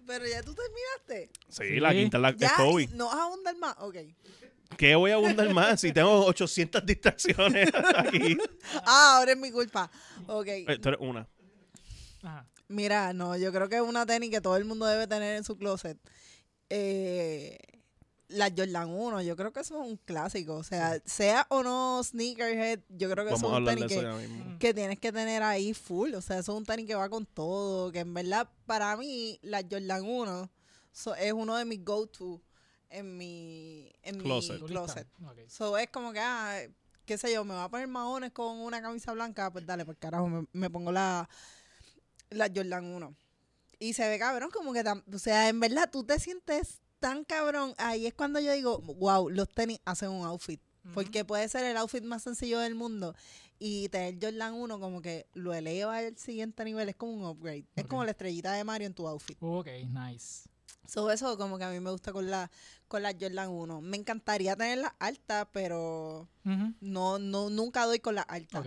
[SPEAKER 2] Pero ya tú terminaste. Ah.
[SPEAKER 3] Sí, la quinta es la,
[SPEAKER 2] Ya,
[SPEAKER 3] es Kobe.
[SPEAKER 2] no vas a ahondar más. Ok.
[SPEAKER 3] ¿Qué voy a abundar más si tengo 800 distracciones aquí?
[SPEAKER 2] Ah, ahora es mi culpa. Ok.
[SPEAKER 3] Eh, tú eres una.
[SPEAKER 1] Ajá.
[SPEAKER 2] Mira, no, yo creo que es una tenis que todo el mundo debe tener en su closet. Eh, la Jordan 1, yo creo que eso es un clásico. O sea, sea o no sneakerhead, yo creo que
[SPEAKER 3] Vamos
[SPEAKER 2] eso
[SPEAKER 3] a
[SPEAKER 2] es un
[SPEAKER 3] hablar de
[SPEAKER 2] tenis
[SPEAKER 3] eso
[SPEAKER 2] que,
[SPEAKER 3] ya mismo.
[SPEAKER 2] que tienes que tener ahí full. O sea, eso es un tenis que va con todo. Que en verdad, para mí, la Jordan 1 so- es uno de mis go-to en mi, en
[SPEAKER 3] Closet.
[SPEAKER 2] mi
[SPEAKER 1] Tu
[SPEAKER 2] closet.
[SPEAKER 1] lista. Ok.
[SPEAKER 2] So es como que, ah, qué sé yo, me va a poner maones con una camisa blanca, pues dale, pues carajo, me, me pongo la, la Jordan 1. Y se ve cabrón, como que, tam- o sea, en verdad tú te sientes tan cabrón. Ahí es cuando yo digo, wow, los tenis hacen un outfit. Porque puede ser el outfit más sencillo del mundo y tener Jordan 1 como que lo eleva al siguiente nivel, es como un upgrade. Es
[SPEAKER 1] Ok.
[SPEAKER 2] como la estrellita de Mario en tu outfit.
[SPEAKER 1] Ok, nice.
[SPEAKER 2] So, eso como que a mí me gusta con la con la Jordan 1. Me encantaría tenerlas altas, pero
[SPEAKER 1] Ujú.
[SPEAKER 2] no, no, nunca doy con la alta.
[SPEAKER 1] Ok.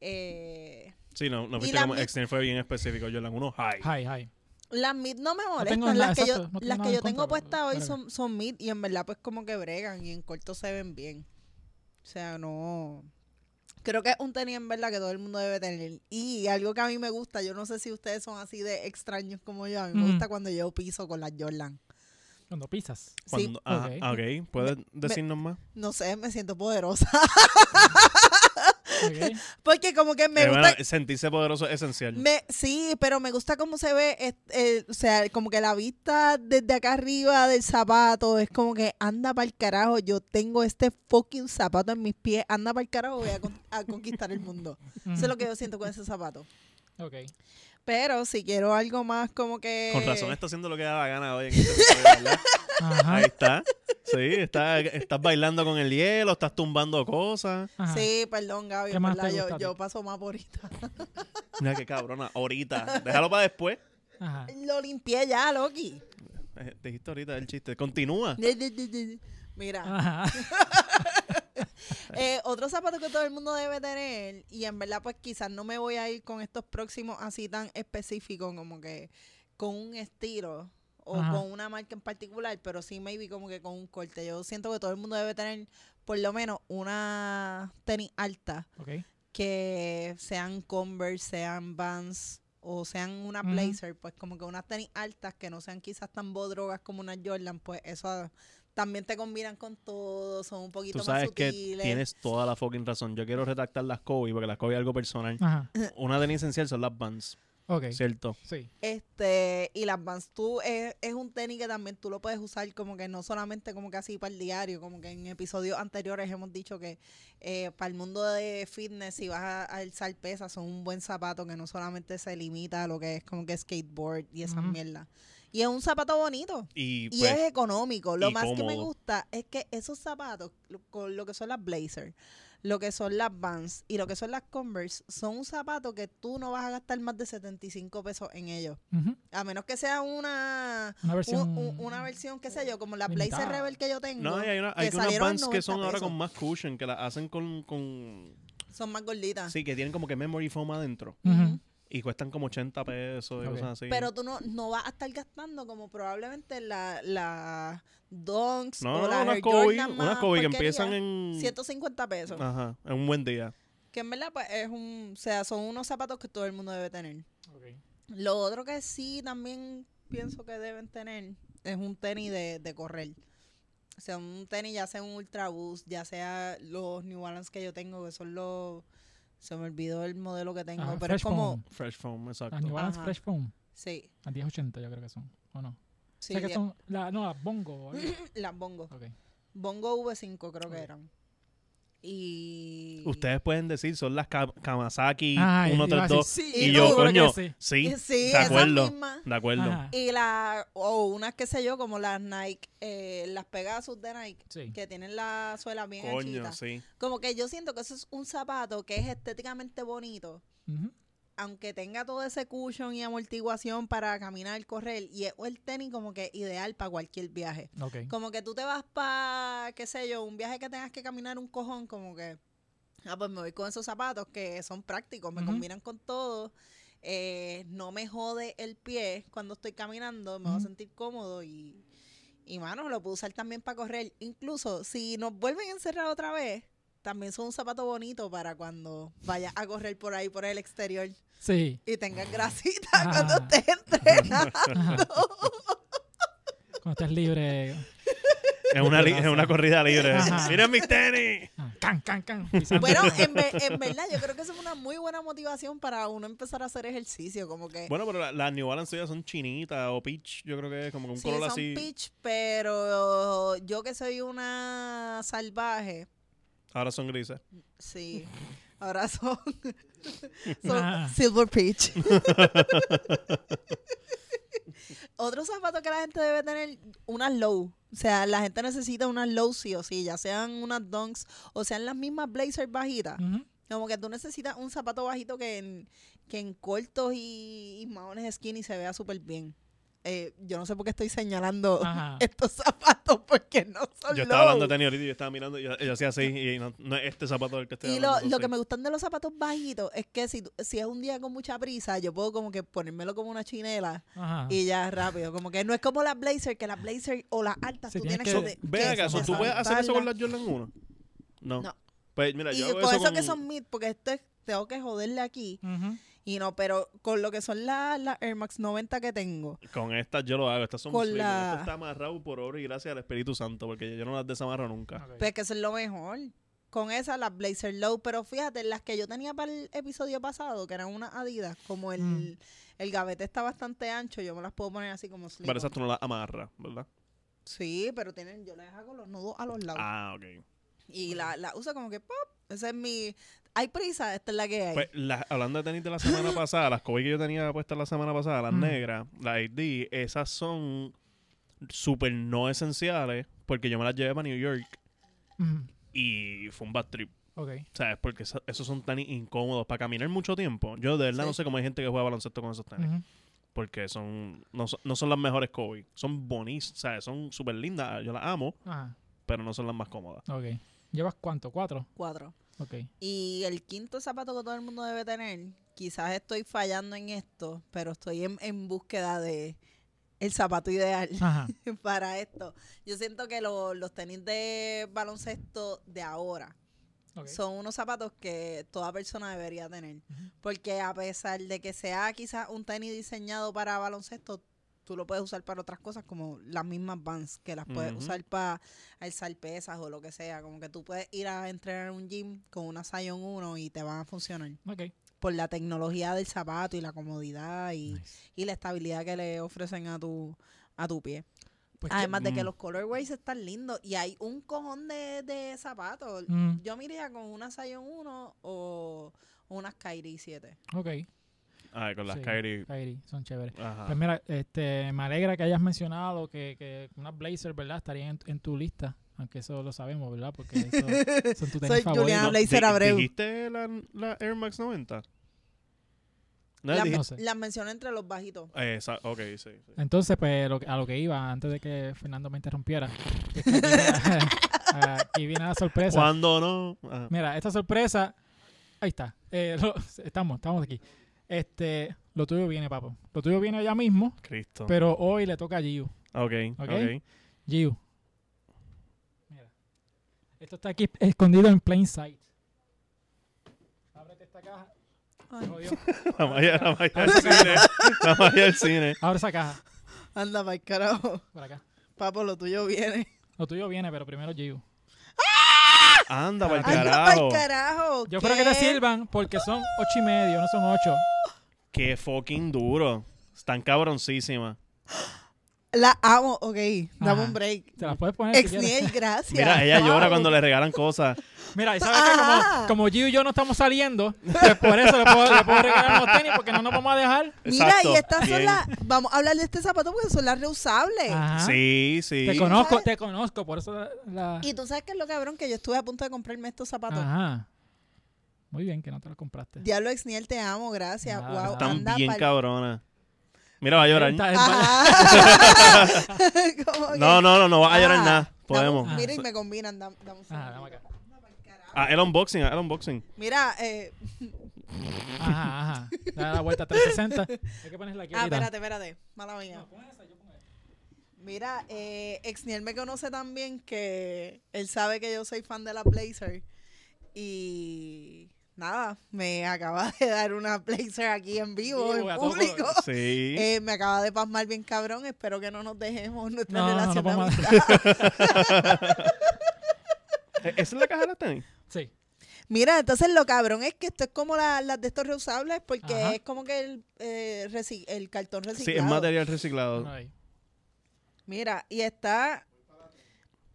[SPEAKER 2] Eh,
[SPEAKER 3] Sí, no, no
[SPEAKER 2] Y
[SPEAKER 3] viste
[SPEAKER 2] la
[SPEAKER 3] como
[SPEAKER 2] mi- Ah,
[SPEAKER 3] Exner fue bien específico. Yo la uno high.
[SPEAKER 1] Hi, hi.
[SPEAKER 2] Las mid no me molestan.
[SPEAKER 1] tengo nada,
[SPEAKER 2] las que
[SPEAKER 1] exacto,
[SPEAKER 2] yo,
[SPEAKER 1] no tengo
[SPEAKER 2] las
[SPEAKER 1] nada
[SPEAKER 2] que
[SPEAKER 1] en
[SPEAKER 2] yo
[SPEAKER 1] contra,
[SPEAKER 2] tengo puestas hoy
[SPEAKER 1] pero-
[SPEAKER 2] son, son mid y en verdad pues como que bregan y en corto se ven bien. O sea, no... Creo que es un tenis en verdad que todo el mundo debe tener. Y algo que a mí me gusta, yo no sé si ustedes son así de extraños como yo, a mí
[SPEAKER 1] Mm.
[SPEAKER 2] me gusta cuando yo piso con las Jordan.
[SPEAKER 1] Cuando pisas.
[SPEAKER 2] Sí,
[SPEAKER 3] Cuando- ah,
[SPEAKER 1] Ok.
[SPEAKER 3] ah, ok. ¿Puedes decirnos más?
[SPEAKER 2] no sé, me siento poderosa.
[SPEAKER 1] Ok.
[SPEAKER 2] Porque como que me
[SPEAKER 3] Eh,
[SPEAKER 2] gusta...
[SPEAKER 3] bueno, sentirse poderoso es esencial.
[SPEAKER 2] Me, sí, pero me gusta cómo se ve, es- eh, o sea, como que la vista desde acá arriba del zapato es como que anda para el carajo, yo tengo este fucking zapato en mis pies, anda para el carajo, voy a, con- a conquistar el mundo. Eso es lo que yo siento con ese zapato.
[SPEAKER 1] Ok.
[SPEAKER 2] Pero si quiero algo más como que...
[SPEAKER 3] Con razón está haciendo lo que da la gana hoy en este episodio, ¿verdad? Ahí
[SPEAKER 1] Ajá.
[SPEAKER 3] está. Sí, está, estás bailando con el hielo, estás tumbando cosas.
[SPEAKER 1] ajá.
[SPEAKER 2] Sí, perdón, Gaby,
[SPEAKER 1] ¿Qué
[SPEAKER 2] en
[SPEAKER 1] más
[SPEAKER 2] verdad,
[SPEAKER 1] te gusta
[SPEAKER 2] yo,
[SPEAKER 1] a ti?
[SPEAKER 2] yo paso más por ahorita.
[SPEAKER 3] Mira qué cabrona. Ahorita. Déjalo para después.
[SPEAKER 1] Ajá.
[SPEAKER 2] Lo limpié ya, Loki.
[SPEAKER 3] Eh, Dijiste ahorita el chiste. Continúa.
[SPEAKER 2] Mira.
[SPEAKER 1] Ajá.
[SPEAKER 2] Eh, otro zapato que todo el mundo debe tener, y en verdad, pues quizás no me voy a ir con estos próximos así tan específicos, como que con un estilo o
[SPEAKER 1] Ajá.
[SPEAKER 2] con una marca en particular, pero sí, maybe como que con un corte. Yo siento que todo el mundo debe tener por lo menos una tenis alta,
[SPEAKER 1] Ok.
[SPEAKER 2] que sean Converse, sean Vans o sean una
[SPEAKER 1] Ujú.
[SPEAKER 2] Blazer, pues como que unas tenis altas que no sean quizás tan bodrogas como una Jordan, pues eso. También te combinan con todo, son un poquito
[SPEAKER 3] Tú sabes
[SPEAKER 2] más
[SPEAKER 3] que
[SPEAKER 2] sutiles.
[SPEAKER 3] tienes toda la fucking razón. Yo quiero retractar las Kobe porque las Kobe es algo personal.
[SPEAKER 1] Ajá.
[SPEAKER 3] Una de mis esencial son las Vans,
[SPEAKER 1] Ok.
[SPEAKER 3] ¿cierto?
[SPEAKER 1] Sí.
[SPEAKER 2] Este, y las Vans tú es, es un tenis que también tú lo puedes usar como que no solamente como que así para el diario, como que en episodios anteriores hemos dicho que eh, para el mundo de fitness, si vas a, a alzar pesas, son un buen zapato que no solamente se limita a lo que es como que skateboard y esas
[SPEAKER 1] Ujú.
[SPEAKER 2] mierdas. Y es un zapato bonito.
[SPEAKER 3] Y,
[SPEAKER 2] Y
[SPEAKER 3] pues,
[SPEAKER 2] es económico. Lo
[SPEAKER 3] y
[SPEAKER 2] más que me
[SPEAKER 3] cómodo.
[SPEAKER 2] gusta es que esos zapatos, lo- con lo que son las Blazers, lo que son las Vans y lo que son las Converse, son un zapato que tú no vas a gastar más de 75 pesos en ellos.
[SPEAKER 1] Ujú.
[SPEAKER 2] A menos que sea una,
[SPEAKER 1] Una versión.
[SPEAKER 2] un- un- una versión, qué sé yo, como la Blazer
[SPEAKER 1] limitada.
[SPEAKER 2] Rebel que yo tengo.
[SPEAKER 3] no, y hay, una, hay
[SPEAKER 2] que
[SPEAKER 3] unas
[SPEAKER 2] salieron
[SPEAKER 3] Vans que son
[SPEAKER 2] 90
[SPEAKER 3] ahora
[SPEAKER 2] pesos.
[SPEAKER 3] con más cushion, que las hacen con, con...
[SPEAKER 2] Son más gorditas.
[SPEAKER 3] Sí, que tienen como que memory foam adentro.
[SPEAKER 1] Ujú.
[SPEAKER 3] Y cuestan como 80 pesos y
[SPEAKER 1] Ok.
[SPEAKER 3] cosas así.
[SPEAKER 2] Pero tú no, no vas a estar gastando como probablemente la, la Dunks
[SPEAKER 3] no,
[SPEAKER 2] o
[SPEAKER 3] no,
[SPEAKER 2] la
[SPEAKER 3] unas
[SPEAKER 2] Air
[SPEAKER 3] Kobe,
[SPEAKER 2] Jordan
[SPEAKER 3] unas
[SPEAKER 2] más
[SPEAKER 3] Kobe que
[SPEAKER 2] porquería,
[SPEAKER 3] empiezan en... Ah.
[SPEAKER 2] 150 pesos.
[SPEAKER 3] Ajá, en un buen día.
[SPEAKER 2] Que en verdad pues es un, o sea, son unos zapatos que todo el mundo debe tener.
[SPEAKER 1] Ok.
[SPEAKER 2] Lo otro que sí también pienso que deben tener es un tenis de, de correr. O sea, un tenis ya sea un Ultra Boost, ya sea los New Balance que yo tengo, que son los... Se me olvidó el modelo que tengo,
[SPEAKER 1] Ah,
[SPEAKER 2] pero es
[SPEAKER 1] Fresh
[SPEAKER 2] como...
[SPEAKER 1] Foam.
[SPEAKER 3] Fresh foam,
[SPEAKER 1] Las New
[SPEAKER 3] exacto.
[SPEAKER 1] Balance
[SPEAKER 2] Ajá.
[SPEAKER 1] Fresh Foam.
[SPEAKER 2] Sí,
[SPEAKER 1] A 1080 yo creo que son. ¿O no? o
[SPEAKER 2] sí,
[SPEAKER 1] sea que
[SPEAKER 2] de-
[SPEAKER 1] son. La, no, las Bongo. o algo.
[SPEAKER 2] las Bongo.
[SPEAKER 1] Ok.
[SPEAKER 2] Bongo V5 creo que
[SPEAKER 1] Ok.
[SPEAKER 2] eran. Y...
[SPEAKER 3] Ustedes pueden decir, son las Ka- Kawasaki
[SPEAKER 1] Ay, iba a decir,
[SPEAKER 3] 132.
[SPEAKER 1] sí,
[SPEAKER 3] Y
[SPEAKER 2] y
[SPEAKER 3] yo,
[SPEAKER 2] tú.
[SPEAKER 3] coño,
[SPEAKER 1] Seguro que
[SPEAKER 3] sí,
[SPEAKER 2] Sí,
[SPEAKER 3] de
[SPEAKER 2] esas
[SPEAKER 3] acuerdo.
[SPEAKER 2] mismas.
[SPEAKER 3] de acuerdo.
[SPEAKER 1] Ajá.
[SPEAKER 2] Y la, o unas, qué sé yo, como las Nike, eh, las Pegasus de Nike,
[SPEAKER 1] Sí.
[SPEAKER 2] que tienen la suela bien
[SPEAKER 3] Coño,
[SPEAKER 2] anchita.
[SPEAKER 3] sí.
[SPEAKER 2] Como que yo siento que eso es un zapato que es estéticamente bonito,
[SPEAKER 1] Ujú.
[SPEAKER 2] aunque tenga todo ese cushion y amortiguación para caminar, correr, y es el tenis como que ideal para cualquier viaje.
[SPEAKER 1] Ok.
[SPEAKER 2] Como que tú te vas para, qué sé yo, un viaje que tengas que caminar un cojón, como que, ah, pues me voy con esos zapatos que son prácticos, me
[SPEAKER 1] Ujú.
[SPEAKER 2] combinan con todo. eh, no me jode el pie cuando estoy caminando, me voy a
[SPEAKER 1] Ujú.
[SPEAKER 2] sentir cómodo y, y mano, lo puedo usar también para correr. Incluso si nos vuelven a encerrar otra vez, también son un zapato bonito para cuando vayas a correr por ahí, por el exterior
[SPEAKER 1] Sí.
[SPEAKER 2] y tengas grasita
[SPEAKER 1] Ah.
[SPEAKER 2] cuando estés entrenando.
[SPEAKER 1] Ajá. Cuando estés libre.
[SPEAKER 3] Es una, li- es una corrida libre.
[SPEAKER 1] Ajá.
[SPEAKER 3] ¡Miren mis tenis!
[SPEAKER 1] ah, Can, can, can. pisando.
[SPEAKER 2] Bueno, en, ve- en verdad, yo creo que eso es una muy buena motivación para uno empezar a hacer ejercicio, como que...
[SPEAKER 3] Bueno, pero la- las New Balance tuyas son chinitas o peach, yo creo que es como que un
[SPEAKER 2] sí,
[SPEAKER 3] color
[SPEAKER 2] son
[SPEAKER 3] así.
[SPEAKER 2] pitch, pero yo que soy una salvaje,
[SPEAKER 3] Ahora son grises.
[SPEAKER 2] sí, ahora son, son
[SPEAKER 1] Ah.
[SPEAKER 2] silver pitch. Otro zapato que la gente debe tener, unas low. O sea, la gente necesita unas low sí o sí, ya sean unas dunks o sean las mismas blazers bajitas.
[SPEAKER 1] Ujú.
[SPEAKER 2] Como que tú necesitas un zapato bajito que en, que en cortos y, y maones skinny se vea súper bien. eh, yo no sé por qué estoy señalando
[SPEAKER 1] Ajá.
[SPEAKER 2] estos zapatos porque no son
[SPEAKER 3] Ah. Yo estaba hablando
[SPEAKER 2] low.
[SPEAKER 3] de tenis ahorita y yo estaba mirando, yo, yo hacía así y no, no es este zapato del que estoy
[SPEAKER 2] Y
[SPEAKER 3] hablando.
[SPEAKER 2] lo, lo
[SPEAKER 3] entonces-
[SPEAKER 2] que me gustan de los zapatos bajitos es que si, tú- si es un día con mucha prisa, yo puedo como que ponérmelo como una chinela
[SPEAKER 3] Ah.
[SPEAKER 1] Ajá.
[SPEAKER 2] y ya rápido. Como que no es como las blazer, que las blazer o las altas
[SPEAKER 1] Sí,
[SPEAKER 2] tú
[SPEAKER 1] tienes
[SPEAKER 2] tienes
[SPEAKER 1] que-
[SPEAKER 2] que...
[SPEAKER 3] So,
[SPEAKER 2] de-
[SPEAKER 3] ven
[SPEAKER 2] que
[SPEAKER 3] acá, so, ¿tú puedes hacer eso con
[SPEAKER 2] desatarlas.
[SPEAKER 3] las Jordan 1? No.
[SPEAKER 2] No.
[SPEAKER 3] Pues mira, yo
[SPEAKER 2] Y
[SPEAKER 3] hago
[SPEAKER 2] con eso
[SPEAKER 3] con-
[SPEAKER 2] que son mid, porque esto es- tengo que joderle aquí.
[SPEAKER 1] Ujú.
[SPEAKER 2] Y no, pero con lo que son las las Air Max 90 que tengo,
[SPEAKER 3] Con estas yo lo hago, estas son
[SPEAKER 2] Con
[SPEAKER 3] slick,
[SPEAKER 2] la-
[SPEAKER 3] Esto está amarrado por obra y gracias al Espíritu Santo, porque yo no las desamarro nunca.
[SPEAKER 1] Ok.
[SPEAKER 2] pues que eso es lo mejor. Con esas, las Blazer Low, pero fíjate, las que yo tenía para el episodio pasado, que eran unas adidas, como el,
[SPEAKER 1] Mm.
[SPEAKER 2] el gavete está bastante ancho, yo me las puedo poner así como slip.
[SPEAKER 3] Para esas tú no las amarras, ¿verdad?
[SPEAKER 2] Sí, pero tienen, yo les hago los nudos a los lados.
[SPEAKER 3] Ah, ok.
[SPEAKER 2] Y la, la uso como que pop. Esa es mi. Hay prisa, esta es la que hay.
[SPEAKER 3] Pues la- hablando de tenis de la semana pasada, las Kobe que yo tenía puestas la semana pasada, las
[SPEAKER 1] Mm.
[SPEAKER 3] negras, las AD, esas son súper no esenciales, porque yo me las llevé para New York
[SPEAKER 1] Ujú.
[SPEAKER 3] y fue un bad trip.
[SPEAKER 1] Ok.
[SPEAKER 3] ¿Sabes? Porque esa- esos son tan incómodos para caminar mucho tiempo. Yo de verdad
[SPEAKER 2] Sí.
[SPEAKER 3] no sé cómo hay gente que juega baloncesto con esos tenis.
[SPEAKER 1] Ujú.
[SPEAKER 3] Porque son no, son- no son las mejores Kobe. Son bonis, ¿sabes? Son súper lindas. Yo las amo,
[SPEAKER 1] Ajá.
[SPEAKER 3] pero no son las más cómodas.
[SPEAKER 1] Ok. ¿Llevas cuánto? ¿Cuatro?
[SPEAKER 2] Cuatro.
[SPEAKER 1] Ok.
[SPEAKER 2] Y el quinto zapato que todo el mundo debe tener, quizás estoy fallando en esto, pero estoy en, en búsqueda de el zapato ideal
[SPEAKER 1] Ajá.
[SPEAKER 2] para esto. Yo siento que lo- los tenis de baloncesto de ahora
[SPEAKER 1] Ok.
[SPEAKER 2] son unos zapatos que toda persona debería tener.
[SPEAKER 1] Ujú.
[SPEAKER 2] Porque a pesar de que sea quizás un tenis diseñado para baloncesto, tú lo puedes usar para otras cosas como las mismas Vans, que las puedes
[SPEAKER 3] Ujú.
[SPEAKER 2] usar para alzar pesas o lo que sea. Como que tú puedes ir a entrenar en un gym con una Zion 1 y te van a funcionar.
[SPEAKER 1] Ok.
[SPEAKER 2] Por la tecnología del zapato y la comodidad y,
[SPEAKER 1] Nice.
[SPEAKER 2] y la estabilidad que le ofrecen a tu a tu pie.
[SPEAKER 1] Pues
[SPEAKER 2] Además de que
[SPEAKER 3] Mm.
[SPEAKER 2] los colorways están lindos y hay un cojón de, de zapatos.
[SPEAKER 1] que- Mm,
[SPEAKER 2] Yo me iría con una Zion 1 o unas Kyrie 7.
[SPEAKER 1] ok.
[SPEAKER 3] Ah, con las
[SPEAKER 1] Sí,
[SPEAKER 3] Kyrie.
[SPEAKER 1] Kyrie, son chéveres.
[SPEAKER 3] Ajá.
[SPEAKER 1] Pues mira, este, me alegra que hayas mencionado que, que unas Blazer, ¿verdad? Estarían en, en tu lista. Aunque eso lo sabemos, ¿verdad? Porque eso son tus tenis
[SPEAKER 2] Soy Juliana
[SPEAKER 1] favoritos.
[SPEAKER 2] Blazer
[SPEAKER 3] di-
[SPEAKER 2] Abreu.
[SPEAKER 3] ¿Dijiste la, la Air Max 90? No,
[SPEAKER 2] Las
[SPEAKER 3] dije-
[SPEAKER 1] no sé.
[SPEAKER 2] las mencioné entre los bajitos.
[SPEAKER 3] Eh, esa- ok, sí. sí.
[SPEAKER 1] Entonces, pues lo que- a lo que iba, antes de que Fernando me interrumpiera, es que aquí, viene, aquí viene la sorpresa.
[SPEAKER 3] Cuando no. ah, Ajá.
[SPEAKER 1] Mira, esta sorpresa, ahí está, Eh, lo- estamos, estamos aquí. Este, lo tuyo viene, papo. Lo tuyo viene allá mismo,
[SPEAKER 3] Cristo.
[SPEAKER 1] pero hoy le toca a Giu.
[SPEAKER 3] ok, ok.
[SPEAKER 1] Ok. Giu. Mira. Esto está aquí escondido en plain sight. Ábrete esta caja.
[SPEAKER 2] Ay.
[SPEAKER 1] Jodió.
[SPEAKER 3] La magia, la magia
[SPEAKER 1] Ah,
[SPEAKER 3] del
[SPEAKER 1] sí.
[SPEAKER 3] cine. La magia del cine.
[SPEAKER 1] Abre esa caja.
[SPEAKER 2] Anda, para carajo.
[SPEAKER 1] Por acá.
[SPEAKER 2] Papo, lo tuyo viene.
[SPEAKER 1] Lo tuyo viene, pero primero Giu.
[SPEAKER 3] Anda, para el
[SPEAKER 2] Anda, para
[SPEAKER 3] carajo.
[SPEAKER 2] carajo.
[SPEAKER 1] Yo
[SPEAKER 2] ¿qué?
[SPEAKER 1] espero que te sirvan porque son ocho y medio, no son ocho.
[SPEAKER 3] Qué fucking duro. Están cabroncísimas.
[SPEAKER 2] La amo. Ok, dame
[SPEAKER 1] Ajá.
[SPEAKER 2] un break.
[SPEAKER 1] Te las puedes poner si quieres.
[SPEAKER 2] Exniel, gracias.
[SPEAKER 3] Mira, ella
[SPEAKER 2] Wow.
[SPEAKER 3] llora cuando le regalan cosas.
[SPEAKER 1] Mira, y
[SPEAKER 2] Ah.
[SPEAKER 1] sabes que como,
[SPEAKER 2] Ajá.
[SPEAKER 1] como Gio y yo no estamos saliendo, pues por eso le puedo, le puedo regalar unos tenis porque no nos vamos a dejar.
[SPEAKER 2] Mira,
[SPEAKER 3] Exacto,
[SPEAKER 2] y estas
[SPEAKER 3] bien. Ah.
[SPEAKER 2] son las. Vamos a hablar de este zapato porque son las reusables.
[SPEAKER 1] Ajá.
[SPEAKER 3] Sí, sí.
[SPEAKER 1] Ah. Te conozco, te conozco, por eso la... la-
[SPEAKER 2] Y tú sabes que es lo cabrón que yo estuve a punto de comprarme estos zapatos.
[SPEAKER 1] Ajá. Muy bien que no te los compraste.
[SPEAKER 2] Diablo, Exniel, te amo. Gracias.
[SPEAKER 1] Ah,
[SPEAKER 2] wow,
[SPEAKER 1] están
[SPEAKER 3] Están
[SPEAKER 2] anda
[SPEAKER 3] bien
[SPEAKER 2] pa'l-
[SPEAKER 3] cabronas. Mira, va a llorar.
[SPEAKER 1] Está- está-
[SPEAKER 2] Ajá. Como que-
[SPEAKER 3] No, no, no, no va a llorar
[SPEAKER 2] Ah,
[SPEAKER 3] nada.
[SPEAKER 2] dame-
[SPEAKER 3] Podemos.
[SPEAKER 1] Ah.
[SPEAKER 2] Mira, y me combinan. Dame, dame un
[SPEAKER 1] Ajá,
[SPEAKER 2] segundito.
[SPEAKER 1] dame acá.
[SPEAKER 3] Ah, el unboxing, ah, el unboxing.
[SPEAKER 2] Mira, eh,
[SPEAKER 1] Ajá, ajá. Dale la vuelta a 360. Hay que ponerla aquí.
[SPEAKER 2] ah,
[SPEAKER 1] ahorita.
[SPEAKER 2] espérate, espérate, mala mía.
[SPEAKER 1] No, pon esa, yo pongo esta.
[SPEAKER 2] Mira, eh, Exniel me conoce tan bien que él sabe que yo soy fan de la Blazer y nada, me acaba de dar una Blazer aquí en vivo,
[SPEAKER 1] Vivo, a
[SPEAKER 2] en
[SPEAKER 1] todo
[SPEAKER 2] público.
[SPEAKER 3] Sí.
[SPEAKER 2] Eh, me acaba de pasmar bien cabrón, espero que no nos dejemos nuestra
[SPEAKER 1] No, no, no,
[SPEAKER 2] relación
[SPEAKER 1] no
[SPEAKER 2] de
[SPEAKER 1] vamos a-
[SPEAKER 2] amistad.
[SPEAKER 3] ¿E- ¿Esa es la caja de las tenis?
[SPEAKER 1] Sí.
[SPEAKER 2] Mira, entonces lo cabrón es que esto es como la- las de estos reusables porque
[SPEAKER 1] Ajá.
[SPEAKER 2] es como que el, eh, reci- el cartón
[SPEAKER 3] Sí,
[SPEAKER 2] reciclado.
[SPEAKER 3] es material reciclado.
[SPEAKER 1] ponlo ahí.
[SPEAKER 2] Mira, y está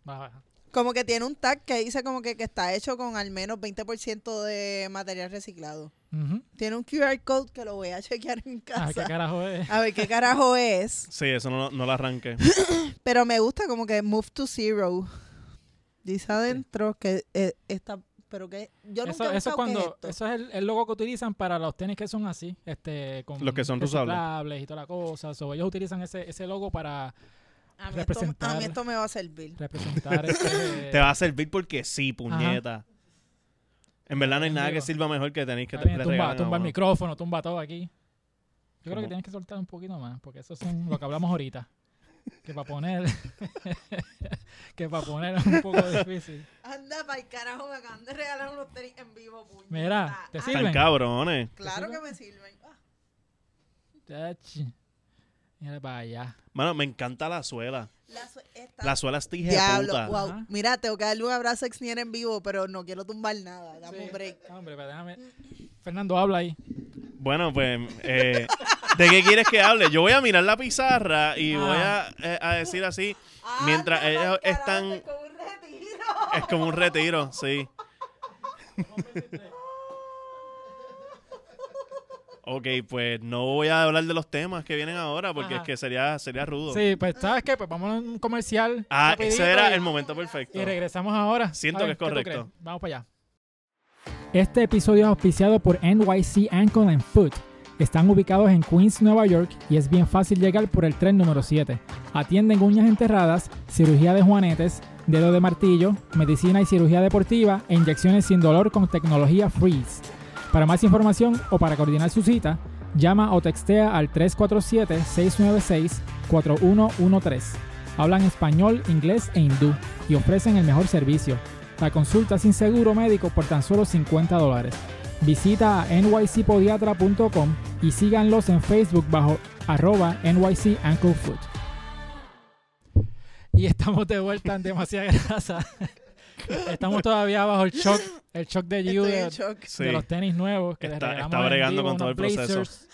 [SPEAKER 1] Baja, baja.
[SPEAKER 2] Como que tiene un tag que dice como que, que está hecho con al menos 20% de material reciclado.
[SPEAKER 1] Ujú.
[SPEAKER 2] Tiene un QR code que lo voy a chequear en
[SPEAKER 1] Ah, ¿qué
[SPEAKER 2] casa.
[SPEAKER 1] carajo es?
[SPEAKER 2] A ver qué carajo es.
[SPEAKER 3] Sí, eso no, no la arranque.
[SPEAKER 2] Pero me gusta como que Move to Zero. Dice adentro que eh, esta pero que yo nunca
[SPEAKER 1] Eso,
[SPEAKER 2] he
[SPEAKER 1] eso,
[SPEAKER 2] buscado qué
[SPEAKER 1] cuando,
[SPEAKER 2] es esto.
[SPEAKER 1] eso es el, el logo que utilizan para los tenis que son así, este, con
[SPEAKER 3] Los que son rusables.
[SPEAKER 1] reciclables y toda la cosa. So, ellos utilizan ese, ese logo para
[SPEAKER 2] a, mí esto,
[SPEAKER 1] representar-
[SPEAKER 2] a mí esto me va a servir.
[SPEAKER 1] representar este,
[SPEAKER 3] Te va a servir porque sí, puñeta. En verdad no hay nada que sirva mejor que tenéis que
[SPEAKER 1] Está
[SPEAKER 3] te
[SPEAKER 1] bien,
[SPEAKER 3] le
[SPEAKER 1] tumba,
[SPEAKER 3] regalen a
[SPEAKER 1] tumba el
[SPEAKER 3] uno.
[SPEAKER 1] micrófono, tumba todo aquí. Yo creo que
[SPEAKER 3] ¿Cómo?
[SPEAKER 1] tienes que soltar un poquito más, porque eso son lo que hablamos ahorita. Que para poner. que para poner es un poco difícil.
[SPEAKER 2] Anda, para el carajo, me acaban de regalar unos tenis en vivo, puñeta.
[SPEAKER 1] Mira, te
[SPEAKER 2] Ah,
[SPEAKER 1] sirve.
[SPEAKER 3] Están cabrones.
[SPEAKER 2] Claro
[SPEAKER 1] ¿Te
[SPEAKER 2] que
[SPEAKER 1] sirve?
[SPEAKER 2] me sirven. Ah,
[SPEAKER 1] Chachi. Mira para allá.
[SPEAKER 3] Mano, me encanta la suela.
[SPEAKER 2] la su- esta-
[SPEAKER 3] La suela es tija de
[SPEAKER 2] Diablo,
[SPEAKER 3] puta.
[SPEAKER 2] wow.
[SPEAKER 1] Ajá.
[SPEAKER 2] Mira, tengo que darle un abrazo a Xnier en vivo, pero no quiero tumbar nada. Dame
[SPEAKER 1] Sí.
[SPEAKER 2] un break.
[SPEAKER 1] Ah, Hombre, pero déjame. Fernando, habla ahí.
[SPEAKER 3] Bueno, pues, eh, ¿de qué quieres que hable? Yo voy a mirar la pizarra y
[SPEAKER 1] Ah.
[SPEAKER 3] voy a, eh, a decir así, mientras
[SPEAKER 2] Anda,
[SPEAKER 3] ellos
[SPEAKER 2] pa'l
[SPEAKER 3] están...
[SPEAKER 2] carajo, con un retiro.
[SPEAKER 3] Es como un retiro, sí. ok, pues no voy a hablar de los temas que vienen ahora porque
[SPEAKER 1] Ajá.
[SPEAKER 3] es que sería, sería rudo.
[SPEAKER 1] Sí, pues, ¿sabes qué? Pues vamos a un comercial.
[SPEAKER 3] Ah,
[SPEAKER 1] rapidito
[SPEAKER 3] ese era
[SPEAKER 1] y-
[SPEAKER 3] el momento perfecto.
[SPEAKER 1] Y regresamos ahora.
[SPEAKER 3] Siento
[SPEAKER 1] A ver,
[SPEAKER 3] que es
[SPEAKER 1] ¿qué tú
[SPEAKER 3] correcto.
[SPEAKER 1] crees? Vamos para allá. Este episodio es auspiciado por NYC Ankle and Foot. Están ubicados en Queens, Nueva York y es bien fácil llegar por el tren número 7. Atienden uñas enterradas, cirugía de juanetes, dedo de martillo, medicina y cirugía deportiva e inyecciones sin dolor con tecnología Freeze. Para más información o para coordinar su cita, llama o textea al 347-696-4113. Hablan español, inglés e hindú y ofrecen el mejor servicio. La consulta sin seguro médico por tan solo 50 dólares. Visita a nycpodiatra.com y síganlos en Facebook bajo arroba NYC Ankle Foot. Y estamos de vuelta en demasiada grasa. Estamos todavía bajo el shock, el shock de Giu
[SPEAKER 2] Estoy en
[SPEAKER 1] de,
[SPEAKER 2] shock.
[SPEAKER 3] Sí.
[SPEAKER 1] de los tenis nuevos que les
[SPEAKER 3] Está-
[SPEAKER 1] regalamos
[SPEAKER 3] está
[SPEAKER 1] en
[SPEAKER 3] bregando
[SPEAKER 1] vivo,
[SPEAKER 3] con todo
[SPEAKER 1] unos
[SPEAKER 3] el proceso.
[SPEAKER 1] Blazers,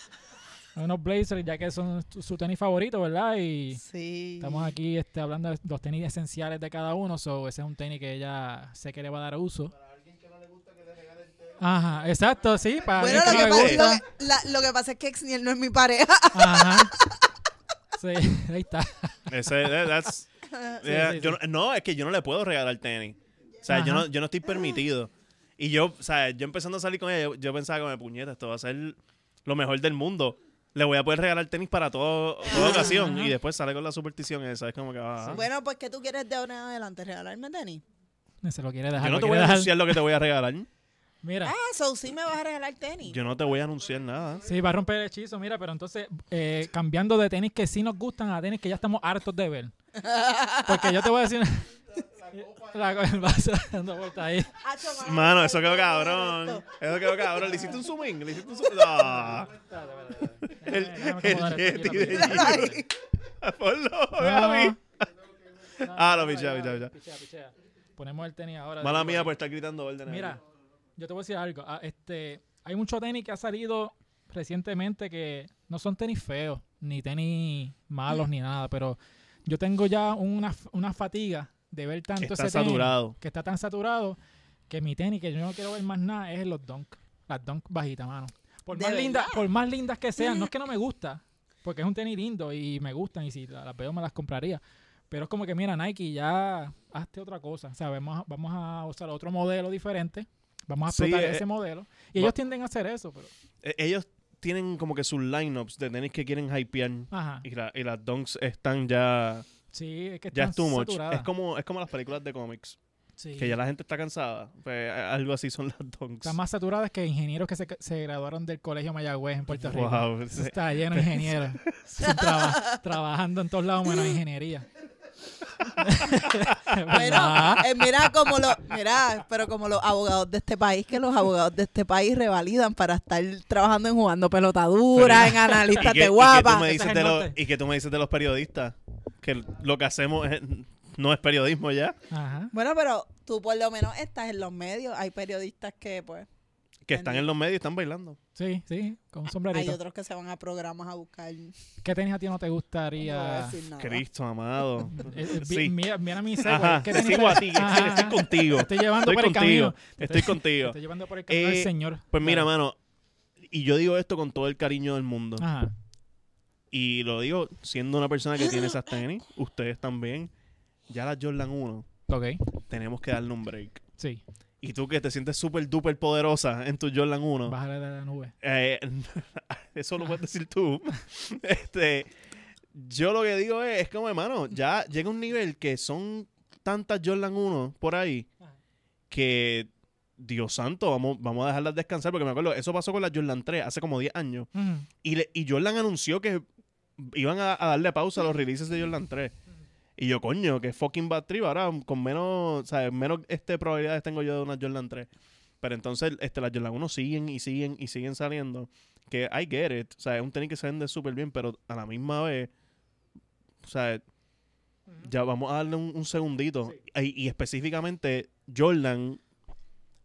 [SPEAKER 1] unos Blazers, ya que son su, su tenis favorito, ¿verdad? Y
[SPEAKER 2] Sí.
[SPEAKER 1] estamos aquí este, hablando de los tenis esenciales de cada uno. So, ese es un tenis que ella sé que le va a dar uso. Ajá, exacto, sí, para
[SPEAKER 2] Bueno,
[SPEAKER 1] alguien que
[SPEAKER 2] lo que,
[SPEAKER 1] no le
[SPEAKER 2] pasa,
[SPEAKER 1] gusta.
[SPEAKER 2] lo, que, la- lo que pasa es que Xniel no es mi pareja.
[SPEAKER 1] Ajá. Sí, ahí está.
[SPEAKER 3] Ese, eh, that's- eh,
[SPEAKER 1] sí,
[SPEAKER 3] yo
[SPEAKER 1] sí.
[SPEAKER 3] no- No, es que yo no le puedo regalar tenis. O sea, yo
[SPEAKER 1] Ajá.
[SPEAKER 3] no, yo no estoy permitido. Y yo, o sea, yo empezando a salir con ella, yo, yo pensaba como, puñeta, esto va a ser lo mejor del mundo. Le voy a poder regalar tenis para todo, toda
[SPEAKER 2] Ajá.
[SPEAKER 3] ocasión. Y después sale con la superstición esa. Es como que, ah,
[SPEAKER 2] Bueno, pues, ¿qué tú quieres de ahora en adelante? ¿Regalarme tenis?
[SPEAKER 1] Se lo quiere dejar.
[SPEAKER 3] Yo no
[SPEAKER 1] lo
[SPEAKER 3] te voy
[SPEAKER 1] quiere
[SPEAKER 3] a
[SPEAKER 1] dejar.
[SPEAKER 3] anunciar lo que te voy a regalar.
[SPEAKER 1] Mira,
[SPEAKER 2] Ah, so sí me vas a regalar tenis.
[SPEAKER 3] Yo no te voy a anunciar nada.
[SPEAKER 1] sí, va a romper el hechizo, mira, pero entonces, eh, cambiando de tenis que sí nos gustan a tenis que ya estamos hartos de ver. Porque yo te voy a decir. La, el vaso dando vuelta ahí.
[SPEAKER 2] Acho, mano,
[SPEAKER 3] Mano,
[SPEAKER 2] Ah, no,
[SPEAKER 3] eso
[SPEAKER 2] no,
[SPEAKER 3] quedó
[SPEAKER 2] no,
[SPEAKER 3] cabrón.
[SPEAKER 2] esto.
[SPEAKER 3] Eso quedó cabrón. Le hiciste un zooming. Le hiciste un Ah, zooming. No. El,
[SPEAKER 1] Déjame
[SPEAKER 3] el
[SPEAKER 1] acomodar esto
[SPEAKER 3] Yeti
[SPEAKER 1] aquí
[SPEAKER 3] de
[SPEAKER 1] rapidito.
[SPEAKER 3] Gio. Ponlo, Gaby. Ah, lo piché, piché, piché.
[SPEAKER 1] Pichea, pichea. Ponemos el tenis ahora.
[SPEAKER 3] Mala
[SPEAKER 1] Digo,
[SPEAKER 3] mía
[SPEAKER 1] ahí.
[SPEAKER 3] por estar gritando órdenes.
[SPEAKER 1] Mira, yo te voy a decir algo. Ah, este, hay mucho tenis que ha salido recientemente que no son tenis feos, ni tenis malos, ni nada, pero yo tengo ya una, una fatiga de ver tanto
[SPEAKER 3] Está
[SPEAKER 1] ese tenis,
[SPEAKER 3] saturado.
[SPEAKER 1] que está tan saturado que mi tenis que yo no quiero ver más nada es los donk, las donk bajitas, mano. Por
[SPEAKER 2] ¿De
[SPEAKER 1] más,
[SPEAKER 2] verdad?
[SPEAKER 1] lindas, por más lindas que sean, no es que no me gusta, porque es un tenis lindo y me gustan y si la- las veo me las compraría. Pero es como que, mira, Nike, ya hazte otra cosa. O sea, vamos, a- vamos a usar otro modelo diferente. Vamos a
[SPEAKER 3] Sí,
[SPEAKER 1] explotar
[SPEAKER 3] eh,
[SPEAKER 1] ese modelo. Y
[SPEAKER 3] va-
[SPEAKER 1] ellos tienden a hacer eso, pero...
[SPEAKER 3] Eh, Ellos tienen como que sus lineups de tenis que quieren hypear.
[SPEAKER 1] Ajá.
[SPEAKER 3] Y, la- y las donks están ya.
[SPEAKER 1] Sí, es que
[SPEAKER 3] Ya
[SPEAKER 1] están
[SPEAKER 3] es too much.
[SPEAKER 1] saturadas.
[SPEAKER 3] Es como, es como las películas de cómics.
[SPEAKER 1] Sí.
[SPEAKER 3] Que ya la gente está cansada. Pues, a- algo así son las donks.
[SPEAKER 1] Están más saturadas que ingenieros que se, se graduaron del Colegio Mayagüez en Puerto Rico.
[SPEAKER 3] Wow.
[SPEAKER 1] Eso Está lleno de ingenieros. Sin traba- trabajando en todos lados menos ingeniería. Es verdad.
[SPEAKER 2] Bueno, eh, mira como los, mira, pero como los abogados de este país, que los abogados de este país revalidan para estar trabajando en jugando pelotadura, en
[SPEAKER 3] ¿Y
[SPEAKER 2] analistas
[SPEAKER 3] qué- y
[SPEAKER 2] de
[SPEAKER 3] qué tú me
[SPEAKER 2] guapa.
[SPEAKER 1] Ese es
[SPEAKER 3] dices
[SPEAKER 1] el
[SPEAKER 3] de los-
[SPEAKER 1] norte.
[SPEAKER 3] ¿Y que tú me dices de los periodistas? Que lo que hacemos es- no es periodismo ya.
[SPEAKER 1] Ajá.
[SPEAKER 2] Bueno, pero tú por lo menos estás en los medios. Hay periodistas que, pues,
[SPEAKER 3] Que están en los medios y están bailando.
[SPEAKER 1] Sí, sí, con un
[SPEAKER 2] hay
[SPEAKER 1] sombrerito.
[SPEAKER 2] otros que se van a programas a buscar. No
[SPEAKER 1] ¿Qué tenis a ti no te
[SPEAKER 2] voy a
[SPEAKER 1] gustaría?
[SPEAKER 2] decir nada.
[SPEAKER 3] Cristo amado.
[SPEAKER 1] Eh, eh, vi-
[SPEAKER 3] Sí.
[SPEAKER 1] Mira, mira mi segue.
[SPEAKER 3] Ajá.
[SPEAKER 1] ¿Qué tenis
[SPEAKER 3] Sigo
[SPEAKER 1] te-
[SPEAKER 3] a ti.
[SPEAKER 1] Ajá,
[SPEAKER 3] Estoy
[SPEAKER 1] ajá.
[SPEAKER 3] contigo.
[SPEAKER 1] Te estoy llevando
[SPEAKER 3] Estoy
[SPEAKER 1] por el
[SPEAKER 3] contigo.
[SPEAKER 1] camino.
[SPEAKER 3] Estoy
[SPEAKER 1] Te
[SPEAKER 3] contigo.
[SPEAKER 1] estoy llevando por el camino del
[SPEAKER 3] Eh,
[SPEAKER 1] señor.
[SPEAKER 3] Pues mira,
[SPEAKER 1] Claro. Ah.
[SPEAKER 3] mano. Y yo digo esto con todo el cariño del mundo.
[SPEAKER 1] Ajá.
[SPEAKER 3] Y lo digo siendo una persona que tiene esas tenis. Ustedes también. Ya las Jordan 1.
[SPEAKER 1] Ok.
[SPEAKER 3] Tenemos que darle un break.
[SPEAKER 1] Sí.
[SPEAKER 3] y tú que te sientes súper duper poderosa en tu Jordan 1,
[SPEAKER 1] Bájale de la nube.
[SPEAKER 3] eh, eso lo puedes decir tú. este, yo lo que digo es, es como, hermano, ya llega un nivel que son tantas Jordan 1 por ahí
[SPEAKER 1] Ajá.
[SPEAKER 3] que, Dios santo, vamos, vamos a dejarlas descansar. Porque me acuerdo, eso pasó con la Jordan 3 hace como 10 años.
[SPEAKER 1] Ujú.
[SPEAKER 3] Y, le- y Jordan anunció que iban a, a darle pausa a los releases de Jordan 3. Y yo, coño, que fucking bad trip. Ahora con menos, ¿sabes? menos este, probabilidades tengo yo de una Jordan 3. Pero entonces este, las Jordan 1 siguen y siguen y siguen saliendo. Que I get it. O sea, es un tenis que se vende súper bien, pero a la misma vez, o sea, ya vamos a darle un, un segundito. Y, y específicamente Jordan,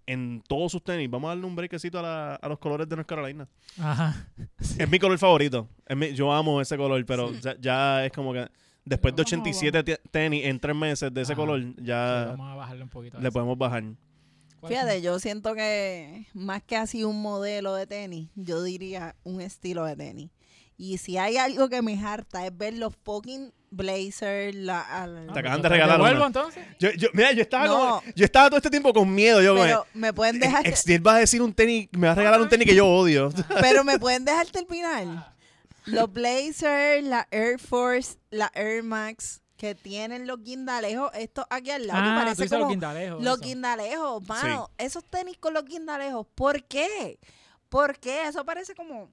[SPEAKER 3] en todos sus tenis, vamos a darle un brequecito a, la- a los colores de North Carolina.
[SPEAKER 1] Ajá. Sí.
[SPEAKER 3] Es mi color favorito. Es mi- yo amo ese color, pero ya, ya es como que después de
[SPEAKER 1] Vamos,
[SPEAKER 3] 87 te- tenis en tres meses de ese
[SPEAKER 1] Ajá.
[SPEAKER 3] color,
[SPEAKER 1] Sí,
[SPEAKER 3] ya
[SPEAKER 1] vamos a bajarle un poquito. a
[SPEAKER 3] Ah. le
[SPEAKER 1] eso.
[SPEAKER 3] podemos bajar.
[SPEAKER 1] ¿Cuál es
[SPEAKER 2] Fíjate, yo siento que más que así un modelo de tenis, yo diría un estilo de tenis. Y si hay algo que me harta es ver los fucking blazers, la, al-
[SPEAKER 1] tu-
[SPEAKER 3] Te
[SPEAKER 1] Ah,
[SPEAKER 3] acaban
[SPEAKER 1] pues,
[SPEAKER 3] de regalar
[SPEAKER 1] devuelvo
[SPEAKER 3] una.
[SPEAKER 1] entonces?
[SPEAKER 3] Yo, yo- mira, yo estaba,
[SPEAKER 2] No.
[SPEAKER 3] como- yo estaba todo este tiempo con miedo. Yo, como,
[SPEAKER 2] pero me pueden dejar,
[SPEAKER 3] "Ex- Extiel va a decir un tenis, me va a regalar un tenis que yo odio.
[SPEAKER 2] pero me pueden dejar terminar. Los blazers, la Air Force, la Air Max que tienen los guindalejos, esto aquí al lado que
[SPEAKER 1] Ah, tú
[SPEAKER 2] parece
[SPEAKER 1] dices
[SPEAKER 2] como
[SPEAKER 1] los guindalejos.
[SPEAKER 2] Los
[SPEAKER 1] eso.
[SPEAKER 2] guindalejos, mano. Esos tenis con los guindalejos. ¿Por qué? ¿Por qué? Eso parece como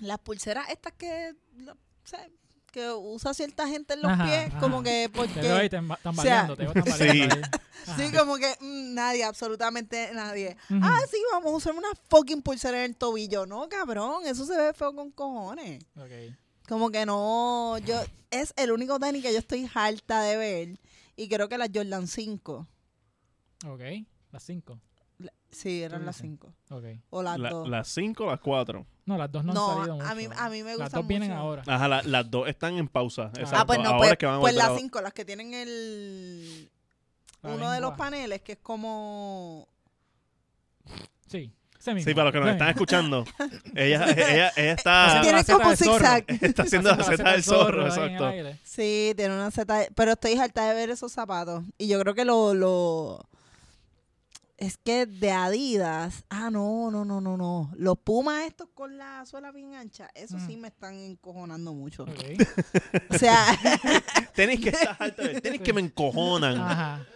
[SPEAKER 2] las pulseras estas que, la- ¿sabes? que usa cierta gente en los
[SPEAKER 1] Ajá,
[SPEAKER 2] pies.
[SPEAKER 1] ajá.
[SPEAKER 2] Como
[SPEAKER 1] Te
[SPEAKER 2] que
[SPEAKER 1] veo ahí
[SPEAKER 2] porque...
[SPEAKER 1] temba-
[SPEAKER 2] sea,
[SPEAKER 1] tambaleando, te veo tambaleando ahí. Ajá.
[SPEAKER 2] Sí, como que mm, nadie, absolutamente nadie.
[SPEAKER 1] Ujú.
[SPEAKER 2] Ah, sí, vamos a usar una fucking pulsera en el tobillo. No, cabrón, eso se ve feo con cojones.
[SPEAKER 1] Ok.
[SPEAKER 2] Como que no, yo es el único tenis que yo estoy harta de ver. Y creo que las Jordan 5.
[SPEAKER 1] Ok. Las cinco.
[SPEAKER 2] Sí, eran
[SPEAKER 1] Tú
[SPEAKER 2] las
[SPEAKER 1] dices.
[SPEAKER 2] 5.
[SPEAKER 1] Ok.
[SPEAKER 2] O las Ah,
[SPEAKER 3] La-
[SPEAKER 2] 2.
[SPEAKER 3] las 5 las 4.
[SPEAKER 1] No, las dos no,
[SPEAKER 2] No,
[SPEAKER 1] han salido mucho.
[SPEAKER 2] a mí- a mí me
[SPEAKER 1] Las
[SPEAKER 2] gustan
[SPEAKER 1] dos vienen
[SPEAKER 2] mucho.
[SPEAKER 1] ahora.
[SPEAKER 3] Ajá, la- las dos están en pausa.
[SPEAKER 1] Ah,
[SPEAKER 3] exacto.
[SPEAKER 2] Ah, pues no,
[SPEAKER 3] Ahora
[SPEAKER 2] pues,
[SPEAKER 3] es que van a
[SPEAKER 2] pues
[SPEAKER 3] volver
[SPEAKER 2] las
[SPEAKER 3] a-
[SPEAKER 2] 5, las que tienen el...
[SPEAKER 1] La
[SPEAKER 2] uno de los
[SPEAKER 1] lengua.
[SPEAKER 2] paneles que es como...
[SPEAKER 1] Sí. ese mismo,
[SPEAKER 3] Sí, para los que nos
[SPEAKER 1] ese
[SPEAKER 3] están
[SPEAKER 1] mismo.
[SPEAKER 3] escuchando, ella, ella, ella
[SPEAKER 1] Haciendo
[SPEAKER 3] está,
[SPEAKER 2] Tiene
[SPEAKER 1] la seta
[SPEAKER 2] como
[SPEAKER 1] del zorro.
[SPEAKER 2] zigzag.
[SPEAKER 3] está haciendo la
[SPEAKER 1] seta
[SPEAKER 3] seta del zorro.
[SPEAKER 1] ahí en el
[SPEAKER 3] Exacto.
[SPEAKER 1] aire.
[SPEAKER 2] Sí, tiene una seta... de- Pero estoy harta de ver esos zapatos. Y yo creo que lo... lo... Es que de Adidas... Ah, no, no, no, no, no. Los Pumas estos con la suela bien ancha, eso
[SPEAKER 1] Mm.
[SPEAKER 2] sí me están encojonando mucho.
[SPEAKER 1] Ok.
[SPEAKER 2] O sea,
[SPEAKER 3] Tenis que estás alto, tenis que me encojonan.
[SPEAKER 1] Ajá.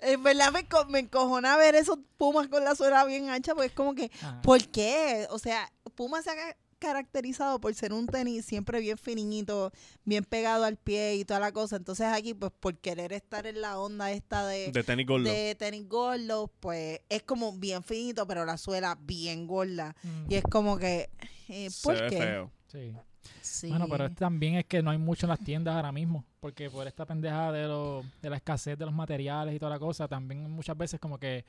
[SPEAKER 2] en verdad me, enco- me encojona ver esos Pumas con la suela bien ancha, porque es como que...
[SPEAKER 1] ajá.
[SPEAKER 2] ¿Por qué? O sea, Puma se ha ca- caracterizado por ser un tenis siempre bien finito, bien pegado al pie y toda la cosa. Entonces aquí, pues por querer estar en la onda esta de,
[SPEAKER 3] De tenis gordo.
[SPEAKER 2] de tenis gordo, pues es como bien finito, pero la suela bien gorda.
[SPEAKER 1] Mm,
[SPEAKER 2] Y es como que, eh,
[SPEAKER 3] Se
[SPEAKER 2] ¿por
[SPEAKER 3] ve
[SPEAKER 2] qué?
[SPEAKER 3] feo.
[SPEAKER 1] Sí.
[SPEAKER 2] Sí.
[SPEAKER 1] Bueno, pero este es- también es que no hay mucho en las tiendas ahora mismo, porque por esta pendejada de, lo- de la escasez de los materiales y toda la cosa, también muchas veces como que,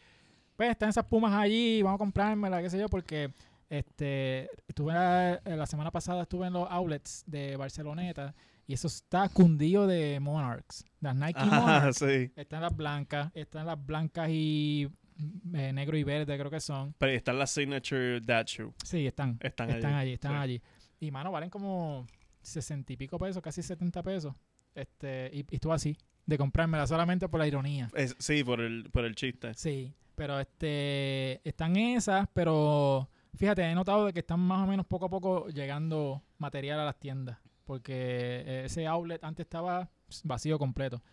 [SPEAKER 1] pues están esas pumas allí, vamos a comprármela, qué sé yo, porque este estuve la, la semana pasada estuve en los outlets de Barceloneta y eso está cundido de Monarchs, las Nike
[SPEAKER 3] Ajá,
[SPEAKER 1] Monarchs.
[SPEAKER 3] sí.
[SPEAKER 1] Están las blancas, están las blancas y eh, negro y verde creo que son.
[SPEAKER 3] Pero están las signature that shoe.
[SPEAKER 1] Sí, están.
[SPEAKER 3] Están,
[SPEAKER 1] Están
[SPEAKER 3] allí.
[SPEAKER 1] allí, están
[SPEAKER 3] Sí.
[SPEAKER 1] allí. Y mano, valen como 60 y pico pesos, casi 70 pesos. Este, y, y estuvo así, de comprármela solamente por la ironía.
[SPEAKER 3] Es- sí, por el, por el chiste.
[SPEAKER 1] Sí, pero este, están esas, pero fíjate, he notado de que están más o menos poco a poco llegando material a las tiendas. Porque eh, ese outlet antes estaba pues, vacío completo.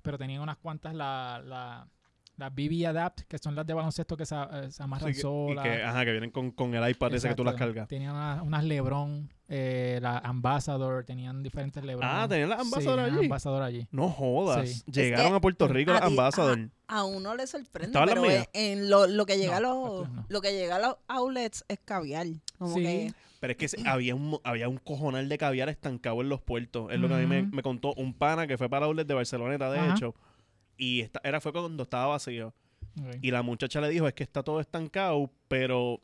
[SPEAKER 1] Pero tenían unas cuantas, la, la, las BB Adapt, que son las de baloncesto que se, eh, se amarran
[SPEAKER 3] Sí, que- y
[SPEAKER 1] solas.
[SPEAKER 3] que, ajá, que vienen con, con el iPad ese que tú las
[SPEAKER 1] Exacto.
[SPEAKER 3] cargas.
[SPEAKER 1] Tenían una- unas Lebron, eh, la Ambassador, tenían diferentes Lebron.
[SPEAKER 3] Ah, tenían las
[SPEAKER 1] Sí,
[SPEAKER 3] Ambassador
[SPEAKER 1] tenían
[SPEAKER 3] allí.
[SPEAKER 1] Ambassador allí.
[SPEAKER 3] No jodas.
[SPEAKER 1] Sí.
[SPEAKER 3] Llegaron
[SPEAKER 2] Es que- ah.
[SPEAKER 3] a Puerto Rico
[SPEAKER 2] a
[SPEAKER 3] las
[SPEAKER 2] ti-
[SPEAKER 3] Ambassador.
[SPEAKER 2] A uno le sorprende,
[SPEAKER 3] ¿Estaban las
[SPEAKER 2] pero
[SPEAKER 3] mías?
[SPEAKER 2] es- en lo, lo que llega
[SPEAKER 1] No,
[SPEAKER 2] a los,
[SPEAKER 1] las tuyas no.
[SPEAKER 2] lo que llega a los outlets es caviar. Como
[SPEAKER 1] Sí.
[SPEAKER 2] que
[SPEAKER 3] Pero es que se- había un, mo- había un cojonal de caviar estancado en los puertos. Es lo que a mí me,
[SPEAKER 1] Ujú.
[SPEAKER 3] me contó un pana que fue para Outlet de Barceloneta, de
[SPEAKER 1] Ajá.
[SPEAKER 3] hecho. Y esta- era fue cuando estaba vacío.
[SPEAKER 1] Ok.
[SPEAKER 3] Y la muchacha le dijo, es que está todo estancado, pero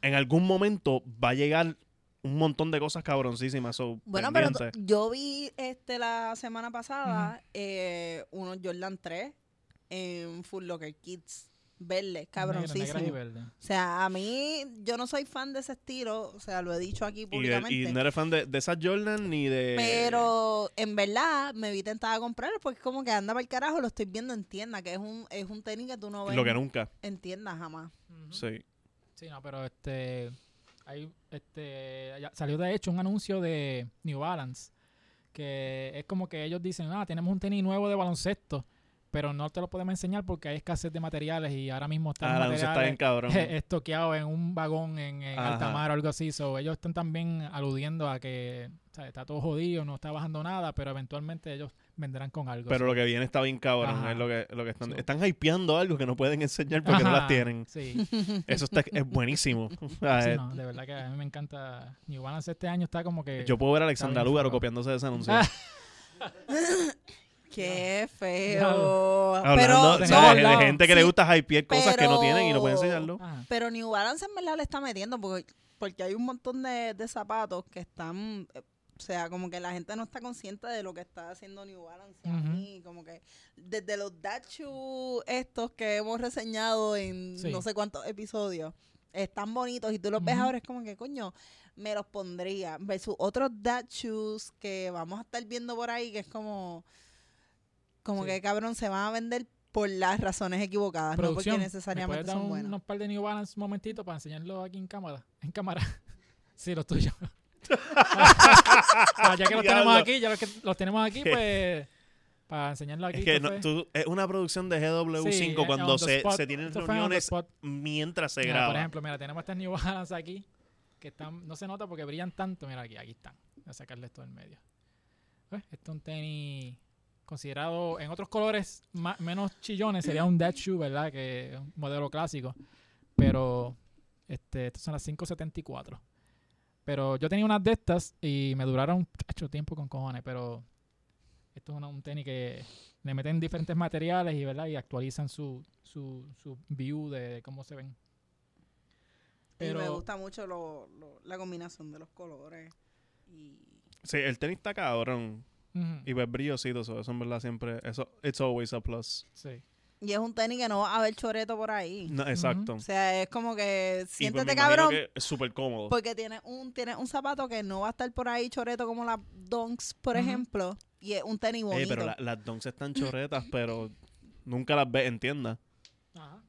[SPEAKER 3] en algún momento va a llegar un montón de cosas cabroncísimas. so,
[SPEAKER 2] Bueno, pero
[SPEAKER 3] pendiente.
[SPEAKER 2] tú- yo vi este la semana pasada eh, unos Jordan 3 en Full Locker Kids. verdes,
[SPEAKER 1] Negra- negras y
[SPEAKER 2] cabroncísimo.
[SPEAKER 1] verdes.
[SPEAKER 2] O sea, a mí, yo no soy fan de ese estilo, o sea, lo he dicho aquí
[SPEAKER 3] Y, de-
[SPEAKER 2] públicamente.
[SPEAKER 3] y no eres fan de, de esas Jordan ni de.
[SPEAKER 2] Pero en verdad me vi tentada a comprar porque es como que anda para el carajo, lo estoy viendo en tienda, que es un, es un tenis que tú no ves
[SPEAKER 3] Lo que nunca.
[SPEAKER 2] en tienda jamás.
[SPEAKER 1] Ujú.
[SPEAKER 3] Sí.
[SPEAKER 1] Sí, no, pero este. Hay, este ya- salió de hecho un anuncio de New Balance. Que es como que ellos dicen: Ah, tenemos un tenis nuevo de baloncesto. Pero no te lo podemos enseñar porque hay escasez de materiales y ahora mismo están
[SPEAKER 3] Ah, la
[SPEAKER 1] materiales
[SPEAKER 3] anuncio está bien cabrón.
[SPEAKER 1] estoqueados en un vagón en, en
[SPEAKER 3] Ajá.
[SPEAKER 1] alta mar o algo así. So, ellos están también aludiendo a que o sea, está todo jodido, no está bajando nada, pero eventualmente ellos vendrán con algo. So,
[SPEAKER 3] Pero lo que viene está bien cabrón.
[SPEAKER 1] Ajá.
[SPEAKER 3] Es lo que, lo que están.
[SPEAKER 1] Sí.
[SPEAKER 3] Están hypeando algo que no pueden enseñar porque no
[SPEAKER 1] ajá,
[SPEAKER 3] las tienen.
[SPEAKER 1] Sí.
[SPEAKER 3] Eso está, es buenísimo. Ah,
[SPEAKER 1] Sí,
[SPEAKER 3] eh,
[SPEAKER 1] no, de verdad que a mí me encanta. New Balance este año está como que.
[SPEAKER 3] Yo puedo ver a Alexandra
[SPEAKER 1] Está bien
[SPEAKER 3] Lúgaro
[SPEAKER 1] feo.
[SPEAKER 3] copiándose de ese anuncio.
[SPEAKER 1] Ah,
[SPEAKER 2] Qué feo.
[SPEAKER 1] Diablo.
[SPEAKER 2] Pero,
[SPEAKER 3] Hablando de-
[SPEAKER 1] no,
[SPEAKER 3] de, de
[SPEAKER 1] no,
[SPEAKER 3] gente que le
[SPEAKER 2] sí,
[SPEAKER 3] gusta hypear cosas que no tienen y no pueden
[SPEAKER 2] pero-
[SPEAKER 3] enseñarlo.
[SPEAKER 1] ajá.
[SPEAKER 2] Pero New Balance en verdad le está metiendo porque, porque hay un montón de, de zapatos que están, eh, o sea, como que la gente no está consciente de lo que está haciendo New Balance. A
[SPEAKER 1] Ujú.
[SPEAKER 2] mí, como que desde los Dachu estos que hemos reseñado en
[SPEAKER 1] Sí.
[SPEAKER 2] no sé cuántos episodios, están bonitos y tú los ves
[SPEAKER 1] Ujú.
[SPEAKER 2] ahora es como que coño, me los pondría. Versus otros Dachus que vamos a estar viendo por ahí que es como, como
[SPEAKER 1] Sí.
[SPEAKER 2] que cabrón se van a vender por las razones equivocadas, no porque
[SPEAKER 1] Producción, ¿me
[SPEAKER 2] necesariamente
[SPEAKER 1] puedes dar
[SPEAKER 2] son
[SPEAKER 1] un-
[SPEAKER 2] buenas.
[SPEAKER 1] unos par de New Balance un momentito para enseñarlo aquí en cámara? En cámara. Sí, los tuyos. Ah, ya que los tenemos
[SPEAKER 3] Diablo.
[SPEAKER 1] aquí, ya los, que los tenemos aquí, pues para enseñarlo aquí. pues, ¿qué
[SPEAKER 3] Es que no-
[SPEAKER 1] fue?
[SPEAKER 3] tú- es una producción de GW5
[SPEAKER 1] Sí, eh,
[SPEAKER 3] cuando
[SPEAKER 1] on the
[SPEAKER 3] se,
[SPEAKER 1] spot.
[SPEAKER 3] se tienen
[SPEAKER 1] Esto fue on the
[SPEAKER 3] reuniones
[SPEAKER 1] spot.
[SPEAKER 3] mientras se
[SPEAKER 1] Mira,
[SPEAKER 3] graba.
[SPEAKER 1] Por ejemplo, mira, tenemos estas New Balance aquí que están, no se nota porque brillan tanto. Mira aquí, aquí están. Voy a sacarle esto del medio. ¿Ves? Este es un tenis considerado en otros colores ma- menos chillones. Sería un dead shoe, ¿verdad? Que es un modelo clásico. Pero este, estas son las 574. Pero yo tenía unas de estas y me duraron mucho tiempo con cojones. Pero esto es una- un tenis que le meten diferentes materiales y, ¿verdad? y actualizan su, su, su view de cómo se ven.
[SPEAKER 2] Y me
[SPEAKER 1] Pero-
[SPEAKER 2] gusta mucho lo- lo- la combinación de los colores. Y
[SPEAKER 3] Sí, el tenis está cabrón.
[SPEAKER 1] Ujú,
[SPEAKER 3] Y pues brillosito, eso, eso en verdad siempre. Eso, it's always a plus.
[SPEAKER 1] sí.
[SPEAKER 2] Y es un tenis que no va a haber choreto por ahí.
[SPEAKER 3] No, exacto.
[SPEAKER 2] O sea, es como que
[SPEAKER 3] Y pues
[SPEAKER 2] siéntete
[SPEAKER 3] me imagino
[SPEAKER 2] cabrón Pues,
[SPEAKER 3] que oh. Es súper cómodo.
[SPEAKER 2] porque tienes un tienes un zapato que no va a estar por ahí choreto como las Dunks, por
[SPEAKER 1] Ujú.
[SPEAKER 2] ejemplo, y es un tenis bonito.
[SPEAKER 3] Ey, pero la- las donks están chorretas, pero nunca las ves en tienda.
[SPEAKER 1] Ajá.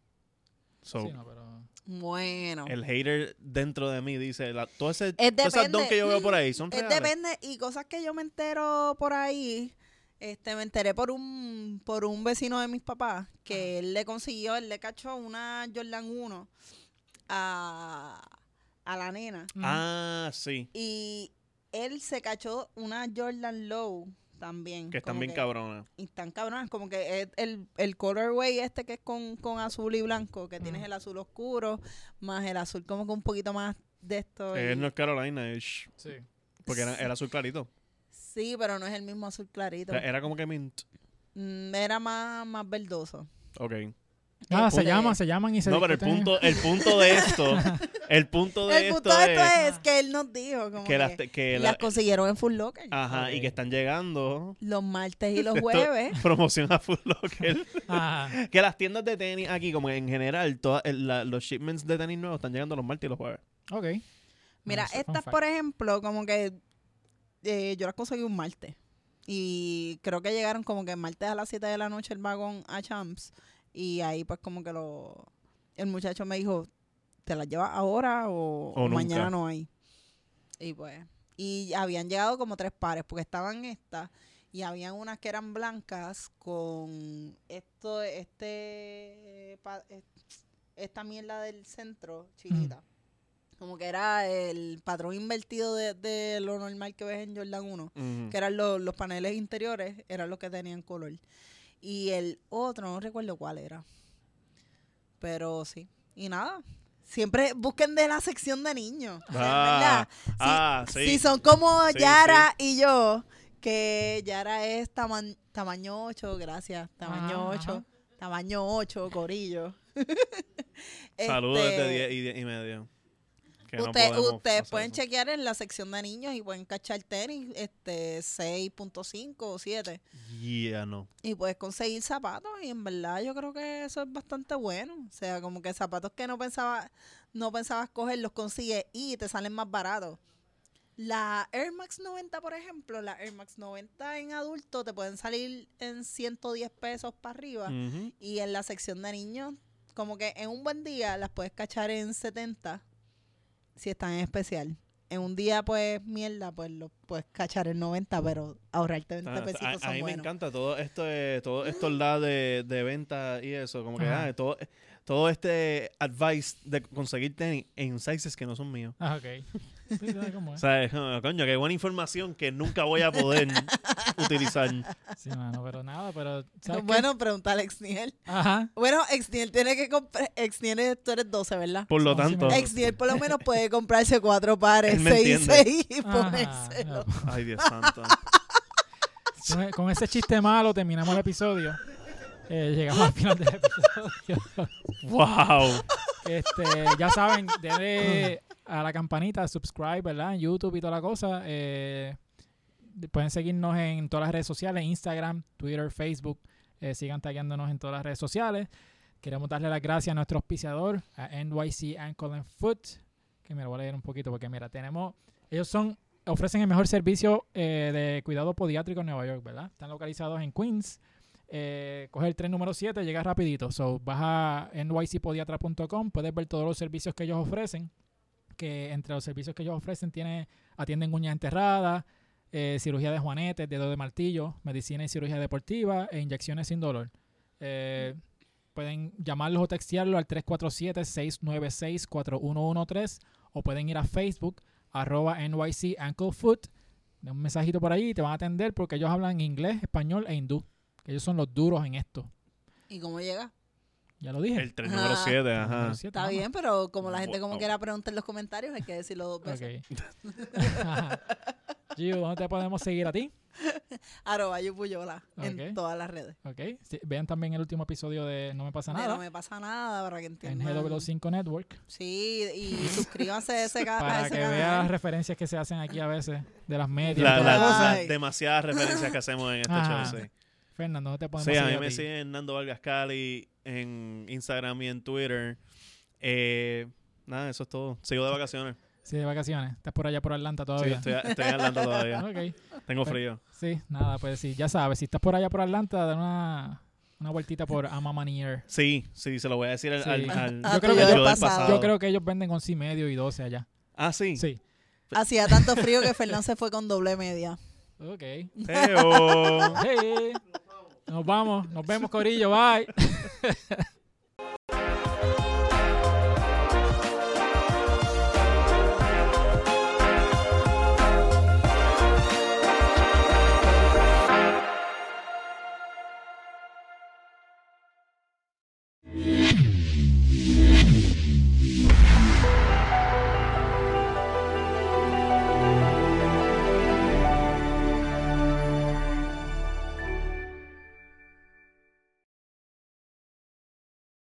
[SPEAKER 3] So,
[SPEAKER 1] Sí, no, pero...
[SPEAKER 2] Bueno.
[SPEAKER 3] El hater dentro de mí dice, la, todo ese-
[SPEAKER 2] Es
[SPEAKER 3] todas esas
[SPEAKER 2] depende.
[SPEAKER 3] donks que yo veo por ahí son
[SPEAKER 2] Es
[SPEAKER 3] reales.
[SPEAKER 2] depende y cosas que yo me entero por ahí. Este, me enteré por un por un vecino de mis papás que él le consiguió, él le cachó una Jordan 1 a, a la nena.
[SPEAKER 3] Ah, sí.
[SPEAKER 2] Y él se cachó una Jordan Low también.
[SPEAKER 3] Que están
[SPEAKER 2] como
[SPEAKER 3] bien cabronas.
[SPEAKER 2] Y están cabronas, como que es el, el colorway este que es con, con azul y blanco, que tienes
[SPEAKER 1] Ujú.
[SPEAKER 2] el azul oscuro, más el azul como que un poquito más de esto.
[SPEAKER 3] Es
[SPEAKER 2] y-
[SPEAKER 3] North Carolina, ish,
[SPEAKER 1] Sí.
[SPEAKER 3] porque era, era azul clarito.
[SPEAKER 2] Sí, pero no es el mismo azul
[SPEAKER 3] O
[SPEAKER 2] clarito.
[SPEAKER 3] sea, era como que mint.
[SPEAKER 2] Mm, Era más, más verdoso.
[SPEAKER 3] Ok.
[SPEAKER 1] Ah,
[SPEAKER 2] Este-
[SPEAKER 1] se llaman, se llaman y se
[SPEAKER 3] No, pero el
[SPEAKER 1] discuten.
[SPEAKER 3] punto, el punto de esto, el punto de
[SPEAKER 2] el
[SPEAKER 3] esto,
[SPEAKER 2] punto de esto
[SPEAKER 3] es
[SPEAKER 2] es que él nos dijo como
[SPEAKER 3] que
[SPEAKER 2] que
[SPEAKER 3] las, te- que la-
[SPEAKER 2] las consiguieron en Full Locker.
[SPEAKER 3] ajá, y
[SPEAKER 1] Ok.
[SPEAKER 3] que están llegando
[SPEAKER 2] Los martes y los
[SPEAKER 3] Esto-
[SPEAKER 2] jueves.
[SPEAKER 3] promoción a Full Locker.
[SPEAKER 1] Ajá.
[SPEAKER 3] que las tiendas de tenis aquí, como en general, todas el- la- los shipments de tenis nuevos están llegando los martes y los jueves.
[SPEAKER 1] Ok.
[SPEAKER 2] Mira,
[SPEAKER 1] Ah, Eso fue un
[SPEAKER 2] estas,
[SPEAKER 1] fact.
[SPEAKER 2] por ejemplo, como que eh, yo las conseguí un martes. Y creo que llegaron como que el martes a las 7 de la noche el vagón a Champs. Y ahí pues como que lo... El muchacho me dijo, ¿te las llevas ahora o,
[SPEAKER 3] O
[SPEAKER 2] o mañana
[SPEAKER 3] nunca.
[SPEAKER 2] no hay? Y pues... Y habían llegado como tres pares, porque estaban estas. Y habían unas que eran blancas con esto, este... pa- esta mierda del centro, chinita. Como que era el patrón invertido de, de lo normal que ves en Jordan 1,
[SPEAKER 3] Ujú.
[SPEAKER 2] que eran lo- los paneles interiores, eran los que tenían color. Y el otro, no recuerdo cuál era. Pero sí. Y nada, siempre busquen de la sección de niños. O sea, en
[SPEAKER 3] Ah,
[SPEAKER 2] verdad,
[SPEAKER 3] ah, sí.
[SPEAKER 2] Si son como
[SPEAKER 3] Sí,
[SPEAKER 2] Yara y yo, que Yara es tama- tamaño 8, gracias, tamaño
[SPEAKER 1] Ajá,
[SPEAKER 2] 8,
[SPEAKER 1] ajá.
[SPEAKER 2] tamaño 8, corillo.
[SPEAKER 3] Saludos
[SPEAKER 2] Este,
[SPEAKER 3] desde 10 y, 10 y medio. que no
[SPEAKER 2] Usted-
[SPEAKER 3] podemos
[SPEAKER 2] ustedes
[SPEAKER 3] hacer
[SPEAKER 2] pueden
[SPEAKER 3] eso.
[SPEAKER 2] chequear en la sección de niños y pueden cachar tenis este 6.5 o 7
[SPEAKER 3] Yeah, no.
[SPEAKER 2] y puedes conseguir zapatos y en verdad yo creo que eso es bastante bueno, o sea, como que zapatos que no pensaba no pensabas coger los consigues y te salen más baratos. La Air Max 90, por ejemplo, la Air Max 90 en adulto te pueden salir en 110 pesos para arriba
[SPEAKER 3] Ujú.
[SPEAKER 2] y en la sección de niños, como que en un buen día las puedes cachar en 70 si están en especial. En un día, pues, mierda, pues lo puedes cachar en 90, pero ahorrarte 20
[SPEAKER 3] Ah,
[SPEAKER 2] pesitos
[SPEAKER 3] a, a
[SPEAKER 2] son
[SPEAKER 3] mí me
[SPEAKER 2] buenos.
[SPEAKER 3] encanta todo esto de- todo esto la de, de venta y eso como que
[SPEAKER 1] Ajá.
[SPEAKER 3] ah, todo todo este advice de conseguir tenis en sizes que no son míos
[SPEAKER 1] Ah, ok. Sí, ¿sabes cómo
[SPEAKER 3] o
[SPEAKER 1] es?
[SPEAKER 3] sea es como, coño qué buena información que nunca voy a poder utilizar
[SPEAKER 1] Sí, mano, pero nada, pero. ¿sabes qué?
[SPEAKER 2] Bueno, pregunta a Exniel.
[SPEAKER 1] Ajá.
[SPEAKER 2] Bueno, Exniel tiene que comprar. Exniel, tú eres 12, ¿verdad?
[SPEAKER 3] por lo
[SPEAKER 1] Son
[SPEAKER 3] tanto
[SPEAKER 1] similares.
[SPEAKER 2] Exniel por lo menos puede comprarse cuatro pares,
[SPEAKER 3] Él me
[SPEAKER 2] 6 y
[SPEAKER 3] entiende.
[SPEAKER 2] 6 y
[SPEAKER 1] Ajá,
[SPEAKER 2] ponérselo.
[SPEAKER 1] no.
[SPEAKER 3] ay dios santo
[SPEAKER 1] Con, e, con ese chiste malo terminamos el episodio. Eh, llegamos al final del episodio.
[SPEAKER 3] wow
[SPEAKER 1] Este, ya saben, denle a la campanita, subscribe, ¿verdad? En YouTube y toda la cosa. Eh, pueden seguirnos en todas las redes sociales, Instagram, Twitter, Facebook. Eh, sigan tagueándonos en todas las redes sociales. Queremos darle las gracias a nuestro auspiciador, a NYC Ankle and Foot, que me lo voy a leer un poquito porque mira, tenemos, ellos son, ofrecen el mejor servicio eh, de cuidado podiátrico en Nueva York, ¿verdad? Están localizados en Queens. Eh, coge el tren número 7, llegas rapidito. So, vas a nycpodiatra.com, puedes ver todos los servicios que ellos ofrecen, que entre los servicios que ellos ofrecen tiene, atienden uñas enterradas, eh, cirugía de juanetes, dedo de martillo, medicina y cirugía deportiva e inyecciones sin dolor. Eh, pueden llamarlos o textearlo al 347-696-4113 o pueden ir a Facebook, arroba NYC Ankle Foot. De un mensajito por ahí y te van a atender porque ellos hablan inglés, español e hindú. Que ellos son los duros en esto.
[SPEAKER 2] ¿Y cómo llega?
[SPEAKER 1] Ya lo dije.
[SPEAKER 3] el tren número 7 ajá
[SPEAKER 1] Número siete,
[SPEAKER 2] Está
[SPEAKER 1] mamá.
[SPEAKER 2] bien, pero como la gente como
[SPEAKER 3] Wow.
[SPEAKER 2] quiera pregunta en los comentarios, hay que decirlo dos veces. pues,
[SPEAKER 1] Ok. Gio, ¿dónde te podemos seguir a ti?
[SPEAKER 2] Arroba Yupuyola en
[SPEAKER 1] Ok.
[SPEAKER 2] todas las redes.
[SPEAKER 1] Ok. Sí, vean también el último episodio de No Me Pasa
[SPEAKER 2] De
[SPEAKER 1] Nada
[SPEAKER 2] No me pasa nada para que
[SPEAKER 1] en
[SPEAKER 2] entiendan.
[SPEAKER 1] GW5 Network.
[SPEAKER 2] Sí, y suscríbanse a ese, ca- a
[SPEAKER 1] Para
[SPEAKER 2] Ah, ese eh.
[SPEAKER 1] que
[SPEAKER 2] canal.
[SPEAKER 1] vean las referencias que se hacen aquí a veces de las medias. y
[SPEAKER 3] La-
[SPEAKER 1] toda
[SPEAKER 3] la-
[SPEAKER 1] la cosa.
[SPEAKER 3] la-
[SPEAKER 2] Ay.
[SPEAKER 3] demasiadas referencias que hacemos en este
[SPEAKER 1] Ajá.
[SPEAKER 3] show sí.
[SPEAKER 1] Fernando, ¿dónde te podemos
[SPEAKER 3] Sí, a
[SPEAKER 1] seguir?
[SPEAKER 3] mí
[SPEAKER 1] a
[SPEAKER 3] me
[SPEAKER 1] ti?
[SPEAKER 3] siguen Nando Vargas Cali en Instagram y en Twitter. Eh, nada, eso es todo. Sigo de vacaciones.
[SPEAKER 1] Sí, de vacaciones. Estás por allá, por Atlanta
[SPEAKER 3] Sí,
[SPEAKER 1] todavía.
[SPEAKER 3] estoy, estoy en Atlanta todavía.
[SPEAKER 1] Ok.
[SPEAKER 3] Tengo frío.
[SPEAKER 1] Sí, nada, pues sí, ya sabes. Si estás por allá, por Atlanta, da una, una vueltita por Amamanier.
[SPEAKER 3] Sí, sí, se lo voy a decir al,
[SPEAKER 1] Sí.
[SPEAKER 3] al- al-
[SPEAKER 2] Ah,
[SPEAKER 1] Yo creo que
[SPEAKER 3] al
[SPEAKER 1] yo-
[SPEAKER 3] yo del
[SPEAKER 2] pasado.
[SPEAKER 1] Yo creo que ellos venden 11 y medio y 12 allá.
[SPEAKER 3] Ah, sí.
[SPEAKER 1] Sí.
[SPEAKER 2] Hacía tanto frío que Fernán se fue con doble media.
[SPEAKER 1] Ok.
[SPEAKER 3] Eo.
[SPEAKER 1] Hey. Nos vamos. Nos vemos, Corillo. Bye.